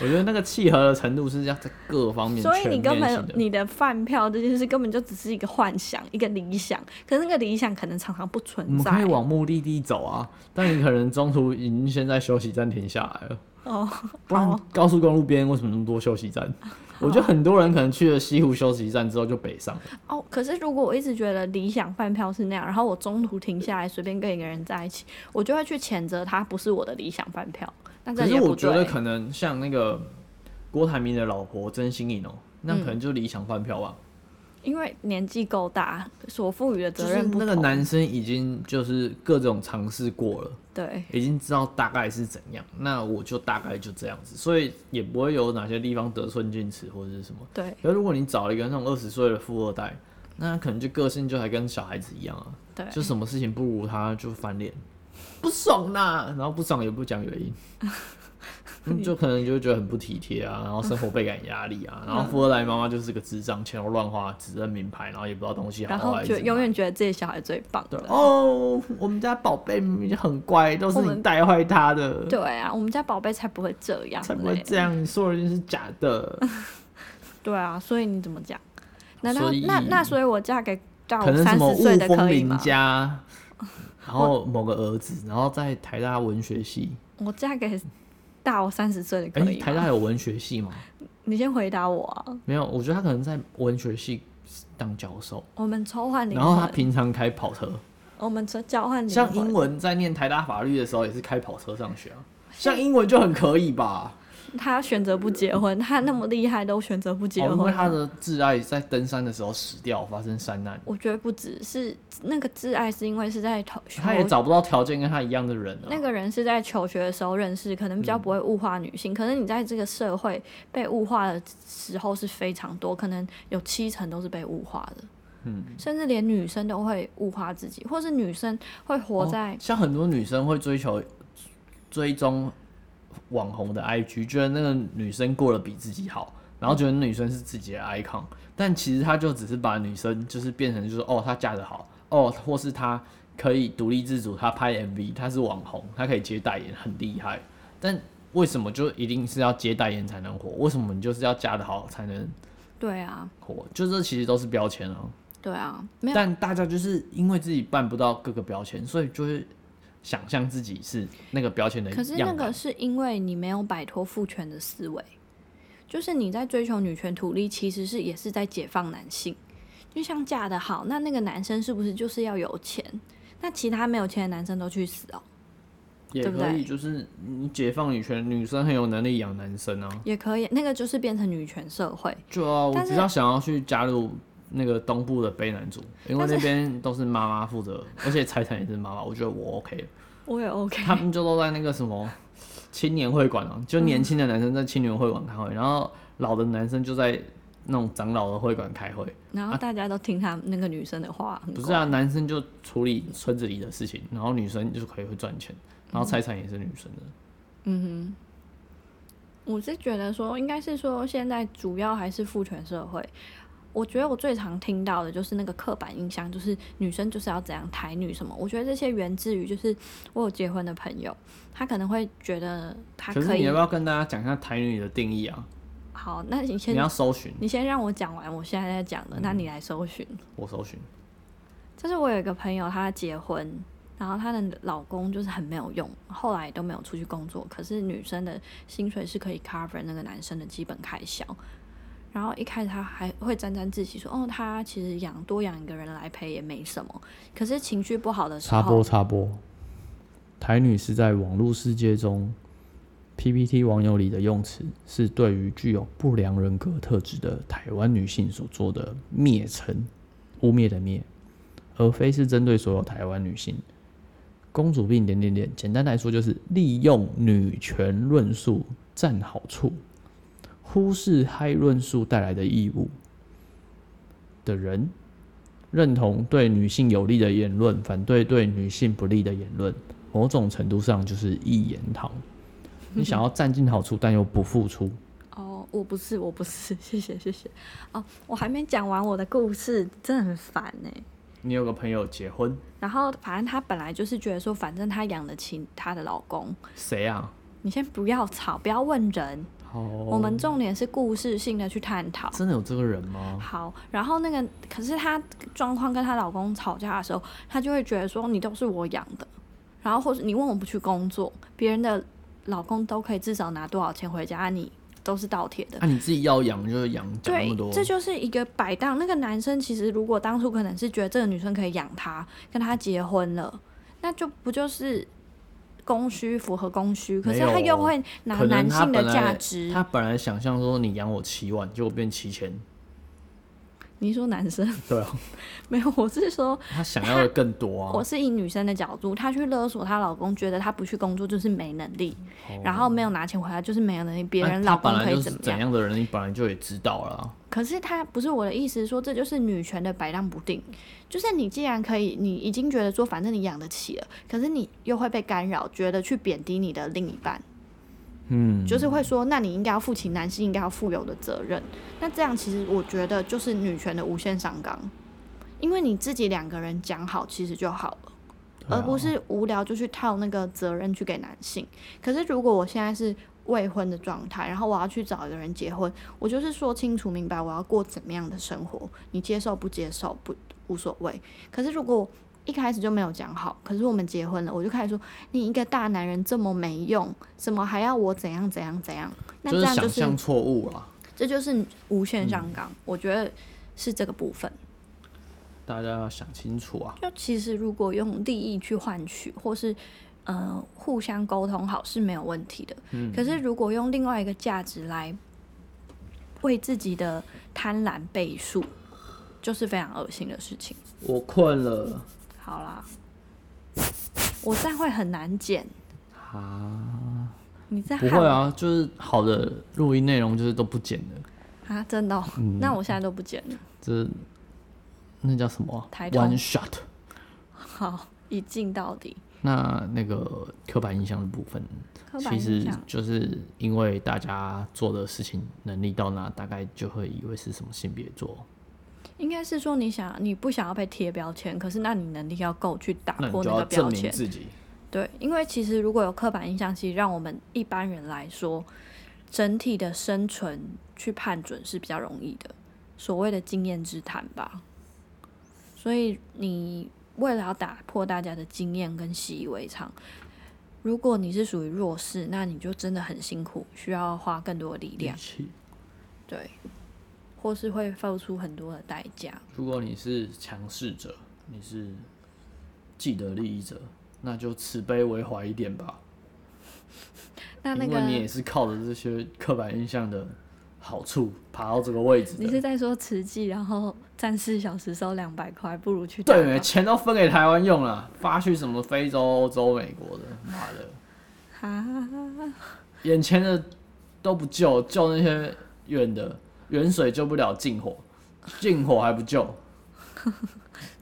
Speaker 1: 我觉得那个契合的程度是要在各方面
Speaker 2: 所以
Speaker 1: 全
Speaker 2: 你
Speaker 1: 面
Speaker 2: 根
Speaker 1: 性
Speaker 2: 本
Speaker 1: 的。
Speaker 2: 你的饭票这件事根本就只是一个幻想，一个理想，可是那个理想可能常常不
Speaker 1: 我
Speaker 2: 存
Speaker 1: 们可以
Speaker 2: 在。
Speaker 1: 往目的地走啊，但你可能中途已经先在休息站停下来了。
Speaker 2: 哦，
Speaker 1: 不然
Speaker 2: 好
Speaker 1: 高速公路边为什么那么多休息 站？我觉得很多人可能去了西湖休息站之后就北上了，
Speaker 2: 哦，可是如果我一直觉得理想饭票是那样，然后我中途停下来随便跟一个人在一起，我就会去谴责他不是我的理想饭票。那这
Speaker 1: 可是
Speaker 2: 也不
Speaker 1: 我觉得
Speaker 2: 对。
Speaker 1: 可能像那个郭台铭的老婆曾心颖哦、那可
Speaker 2: 嗯
Speaker 1: 能就理想饭票吧。
Speaker 2: 因为年纪够大，所赋予的
Speaker 1: 就
Speaker 2: 责
Speaker 1: 是
Speaker 2: 任不
Speaker 1: 那
Speaker 2: 同。
Speaker 1: 个男生已经就是各种尝试过了，
Speaker 2: 对，
Speaker 1: 已经知道大概是怎样，那我就大概就这样子，所以也不会有哪些地方得寸进尺或者是什么。
Speaker 2: 对，
Speaker 1: 可是如果你找了一个那种二十岁的富二代，那可能就个性就还跟小孩子一样啊，
Speaker 2: 对，
Speaker 1: 就什么事情不如他就翻脸，不爽啦，然后不爽也不讲原因。 嗯就可能就会觉得很不体贴啊，然后生活倍感压力啊，然后
Speaker 2: 嗯
Speaker 1: 富二代妈妈就是个智障，钱都乱花，只认名牌，然后也不知道东西好
Speaker 2: 然
Speaker 1: 好啊
Speaker 2: 后
Speaker 1: 来
Speaker 2: 就
Speaker 1: 自
Speaker 2: 永
Speaker 1: 哪
Speaker 2: 远觉得自己小孩最棒
Speaker 1: 对
Speaker 2: 的。
Speaker 1: 哦，我们家宝贝明明就很乖，都是
Speaker 2: 我
Speaker 1: 你
Speaker 2: 们
Speaker 1: 带坏他的，
Speaker 2: 对啊，我们家宝贝才不会这样嘞，
Speaker 1: 才不会这样。你说的一定是假的，
Speaker 2: 对啊，所以你怎么讲？难道
Speaker 1: 所以
Speaker 2: 那那所以我嫁给到
Speaker 1: 可能什
Speaker 2: 三
Speaker 1: 么
Speaker 2: 十
Speaker 1: 雾
Speaker 2: 岁的
Speaker 1: 峰
Speaker 2: 可以
Speaker 1: 林
Speaker 2: 吗？
Speaker 1: 家，然后某个儿子，然后在台大文学系，
Speaker 2: 我嫁给大我三十岁的
Speaker 1: 哎、
Speaker 2: 可以
Speaker 1: 台
Speaker 2: 吗？
Speaker 1: 大有文学系吗？
Speaker 2: 你先回答我啊。
Speaker 1: 没有，我觉得他可能在文学系当教授，
Speaker 2: 我们交换灵
Speaker 1: 然后他
Speaker 2: 魂，
Speaker 1: 平常开跑车，
Speaker 2: 我们交换灵魂。
Speaker 1: 像英文在念台大法律的时候也是开跑车上学啊，像英文就很可以吧？
Speaker 2: 他选择不结婚，他那么厉害都选择不结
Speaker 1: 哦，
Speaker 2: 婚。
Speaker 1: 因为他的挚爱在登山的时候死掉，发生山难。
Speaker 2: 我觉得不只是那个挚爱，是因为是在求
Speaker 1: 他也找不到条件跟他一样的人、啊。
Speaker 2: 那个人是在求学的时候认识，可能比较不会物化女性。可是你在这个社会被物化的时候是非常多，可能有七成都是被物化的。
Speaker 1: 嗯，
Speaker 2: 甚至连女生都会物化自己，或是女生会活在、
Speaker 1: 哦像很多女生会追求追踪网红的 IG，觉得那个女生过得比自己好，然后觉得女生是自己的 icon，但其实她就只是把女生就是变成就是哦，她嫁得好哦，或是她可以独立自主，她拍 MV，她是网红，她可以接代言，很厉害。但为什么就一定是要接代言才能火？为什么你就是要嫁得好才能
Speaker 2: 对啊，
Speaker 1: 火？就这其实都是标签啊。
Speaker 2: 对啊，没有
Speaker 1: 但大家就是因为自己办不到各个标签，所以就会想象自己是那个标签的
Speaker 2: 可是那
Speaker 1: 样
Speaker 2: 个
Speaker 1: 板。
Speaker 2: 啊是因为你没有摆脱父权的思维，就是你在追求女权土力，其实是也是在解放男性。就像嫁得好，那那个男生是不是就是要有钱？那其他没有钱的男生都去死哦，
Speaker 1: 也
Speaker 2: 对不
Speaker 1: 可以，
Speaker 2: 对
Speaker 1: 就是你解放女权，女生很有能力养男生啊。
Speaker 2: 也可以，那个就是变成女权社会。
Speaker 1: 就啊，我
Speaker 2: 但
Speaker 1: 只
Speaker 2: 是
Speaker 1: 要想要去加入那个东部的卑南族，因为
Speaker 2: 但是
Speaker 1: 那边都是妈妈负责，而且财产也是妈妈，我觉得我 OK。
Speaker 2: 我也 OK，
Speaker 1: 他们就都在那个什么青年会馆啊，就年轻的男生在青年会馆开会，然后老的男生就在那种长老的会馆开会。
Speaker 2: 然后大家都听他那个女生的话，很
Speaker 1: 啊不是
Speaker 2: 乖
Speaker 1: 啊，男生就处理村子里的事情，然后女生就可以会赚钱，然后财产也是女生
Speaker 2: 嗯
Speaker 1: 的。
Speaker 2: 我是觉得说，应该是说现在主要还是父权社会。我觉得我最常听到的就是那个刻板印象，就是女生就是要怎样台女什么。我觉得这些源自于就是我有结婚的朋友，他可能会觉得他
Speaker 1: 可是
Speaker 2: 可
Speaker 1: 你
Speaker 2: 以
Speaker 1: 要不要跟大家讲一下台女的定义啊？
Speaker 2: 好，那你
Speaker 1: 你
Speaker 2: 先
Speaker 1: 要搜寻，
Speaker 2: 你先让我讲完我现在在讲的，那你来搜寻。
Speaker 1: 我搜寻。
Speaker 2: 就是我有一个朋友，她结婚，然后她的老公就是很没有用，后来都没有出去工作。可是女生的薪水是可以 cover 那个男生的基本开销。然后一开始她还会沾沾自喜说：“哦，她其实养多养一个人来陪也没什么。”可是情绪不好的时
Speaker 1: 插
Speaker 2: 候
Speaker 1: 播，插播，台女是在网络世界中 PPT 网友里的用词，是对于具有不良人格特质的台湾女性所做的蔑称，污蔑的蔑，而非是针对所有台湾女性。公主病点点点，简单来说就是利用女权论述占好处，忽视嗨论述带来的义务的人。认同对女性有利的言论，反对对女性不利的言论，某种程度上就是一言 堂。你想要占尽好处，但又不付出，
Speaker 2: 哦，我不是，我不是，谢谢谢谢。哦，我还没讲完我的故事，真的很烦呢、
Speaker 1: 你有个朋友结婚，
Speaker 2: 然后反正她本来就是觉得说，反正她养得起她的老公，
Speaker 1: 谁啊？
Speaker 2: 你先不要吵，不要问人。
Speaker 1: 哦，
Speaker 2: 我们重点是故事性的去探讨。
Speaker 1: 真的有这个人吗？
Speaker 2: 好，然后那个可是她状况跟她老公吵架的时候，她就会觉得说你都是我养的，然后或者你问我不去工作，别人的老公都可以至少拿多少钱回家，啊、你都是倒贴的。
Speaker 1: 啊，你自己要养就是养，讲那
Speaker 2: 对
Speaker 1: 么多，，
Speaker 2: 这就是一个摆荡。那个男生其实如果当初可能是觉得这个女生可以养他，跟他结婚了，那就不就是供需符合供需，可是
Speaker 1: 没有哦
Speaker 2: 他又会拿
Speaker 1: 可能
Speaker 2: 男
Speaker 1: 他
Speaker 2: 性的
Speaker 1: 本来
Speaker 2: 价值。
Speaker 1: 他本来想象说你养我七万，结果变七千，
Speaker 2: 你说男生
Speaker 1: 对啊，
Speaker 2: 没有，我是说
Speaker 1: 他想要的更多啊。
Speaker 2: 我是以女生的角度，她去勒索她老公，觉得她不去工作就是没能力，然后没有拿钱回来就是没有能力，别
Speaker 1: 哎
Speaker 2: 人
Speaker 1: 他
Speaker 2: 老公
Speaker 1: 哦本来
Speaker 2: 可以
Speaker 1: 就
Speaker 2: 怎
Speaker 1: 是
Speaker 2: 么
Speaker 1: 怎样的人，你本来就也知道了啊。
Speaker 2: 可是她不是我的意思说，这就是女权的摆荡不定。就是你既然可以，你已经觉得说反正你养得起了，可是你又会被干扰，觉得去贬低你的另一半，
Speaker 1: 嗯，
Speaker 2: 就是会说，那你应该要负起男性应该要负有的责任。那这样其实我觉得就是女权的无限上纲，因为你自己两个人讲好其实就好了。
Speaker 1: 对啊
Speaker 2: 而不是无聊就去套那个责任去给男性。可是如果我现在是未婚的状态，然后我要去找一个人结婚，我就是说清楚明白我要过怎么样的生活，你接受不接受不无所谓。可是如果一开始就没有讲好，可是我们结婚了，我就开始说你一个大男人这么没用，怎么还要我怎样怎样怎样？那
Speaker 1: 就
Speaker 2: 这
Speaker 1: 是
Speaker 2: 样就
Speaker 1: 想
Speaker 2: 是
Speaker 1: 象错误啊啦。
Speaker 2: 这就是无
Speaker 1: 嗯
Speaker 2: 限上纲，我觉得是这个部分。
Speaker 1: 大家要想清楚啊。
Speaker 2: 就其实如果用利益去换取，或是呃互相沟通好是没有问题的。
Speaker 1: 嗯
Speaker 2: 可是如果用另外一个价值来为自己的贪婪倍数，就是非常恶心的事情。
Speaker 1: 我困了
Speaker 2: 好啦，我这样会很难剪。
Speaker 1: 啊，
Speaker 2: 你这样
Speaker 1: 不会啊， 就是好的录音内容就是都不剪的，
Speaker 2: 啊，真的哦、
Speaker 1: 嗯
Speaker 2: 那我现在都不剪了。
Speaker 1: 这那叫什么啊
Speaker 2: 抬头
Speaker 1: ？One shot。
Speaker 2: 好，一镜到底。
Speaker 1: 那那个刻板印象的部分，
Speaker 2: 刻板
Speaker 1: 其
Speaker 2: 印
Speaker 1: 实
Speaker 2: 象，
Speaker 1: 就是因为大家做的事情能力到哪，大概就会以为是什么性别做，
Speaker 2: 应该是说你想你不想要被贴标签，可是那你能力要够去打
Speaker 1: 那你
Speaker 2: 破
Speaker 1: 就
Speaker 2: 那
Speaker 1: 要
Speaker 2: 个标
Speaker 1: 证明
Speaker 2: 签。
Speaker 1: 自己。
Speaker 2: 对，因为其实如果有刻板印象，其实让我们一般人来说，整体的生存去判准是比较容易的，所谓的经验之谈吧。所以你为了要打破大家的经验跟习以为常，如果你是属于弱势，那你就真的很辛苦，需要花更多的力量
Speaker 1: 力，气
Speaker 2: 对，或是会付出很多的代价。
Speaker 1: 如果你是强势者，你是既得利益者，那就慈悲为怀一点吧，
Speaker 2: 那那
Speaker 1: 因
Speaker 2: 个
Speaker 1: 为你也是靠着这些刻板印象的好处爬到这个位置
Speaker 2: 你
Speaker 1: 的。
Speaker 2: 是在说慈济，然后站四小时收两百块，不如去打
Speaker 1: 对，
Speaker 2: 工
Speaker 1: 钱都分给台湾用了，发去什么非洲、欧洲、美国的，妈的，
Speaker 2: 啊，
Speaker 1: 眼前的都不救，救那些远的，远水救不了近火，近火还不救，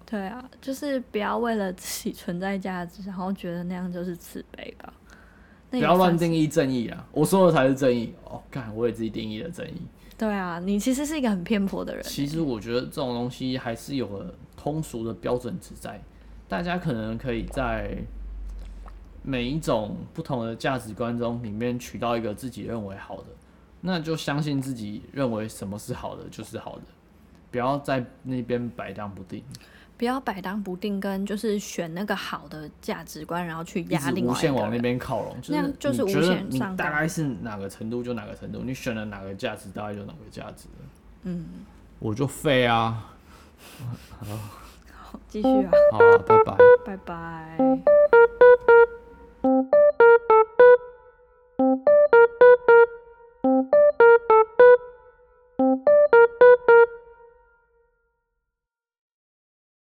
Speaker 2: 对啊，就是不要为了自己存在价值，然后觉得那样就是慈悲吧。
Speaker 1: 不
Speaker 2: 那也
Speaker 1: 要乱
Speaker 2: 算是
Speaker 1: 定义正义啊！我说的才是正义哦，干，我也自己定义了正义。
Speaker 2: 对啊，你其实是一个很偏颇的人。欸
Speaker 1: 其实我觉得这种东西还是有了通俗的标准值在，大家可能可以在每一种不同的价值观中里面取到一个自己认为好的，那就相信自己认为什么是好的就是好的，不要在那边摆荡不定，
Speaker 2: 不要摆荡不定，跟就是选那个好的价值观，然后去
Speaker 1: 一
Speaker 2: 压
Speaker 1: 直
Speaker 2: 另
Speaker 1: 无
Speaker 2: 外一
Speaker 1: 限
Speaker 2: 个
Speaker 1: 往那
Speaker 2: 人。
Speaker 1: 边靠拢，
Speaker 2: 那样
Speaker 1: 就是
Speaker 2: 就
Speaker 1: 你
Speaker 2: 是
Speaker 1: 觉
Speaker 2: 无
Speaker 1: 得
Speaker 2: 限
Speaker 1: 你
Speaker 2: 上
Speaker 1: 大
Speaker 2: 纲
Speaker 1: 概是哪个程度就哪个程度，你选了哪个价值大概就哪个价值了
Speaker 2: 嗯，
Speaker 1: 我就废啊，
Speaker 2: 好，继续啊，
Speaker 1: 好啊，拜拜。
Speaker 2: 拜拜。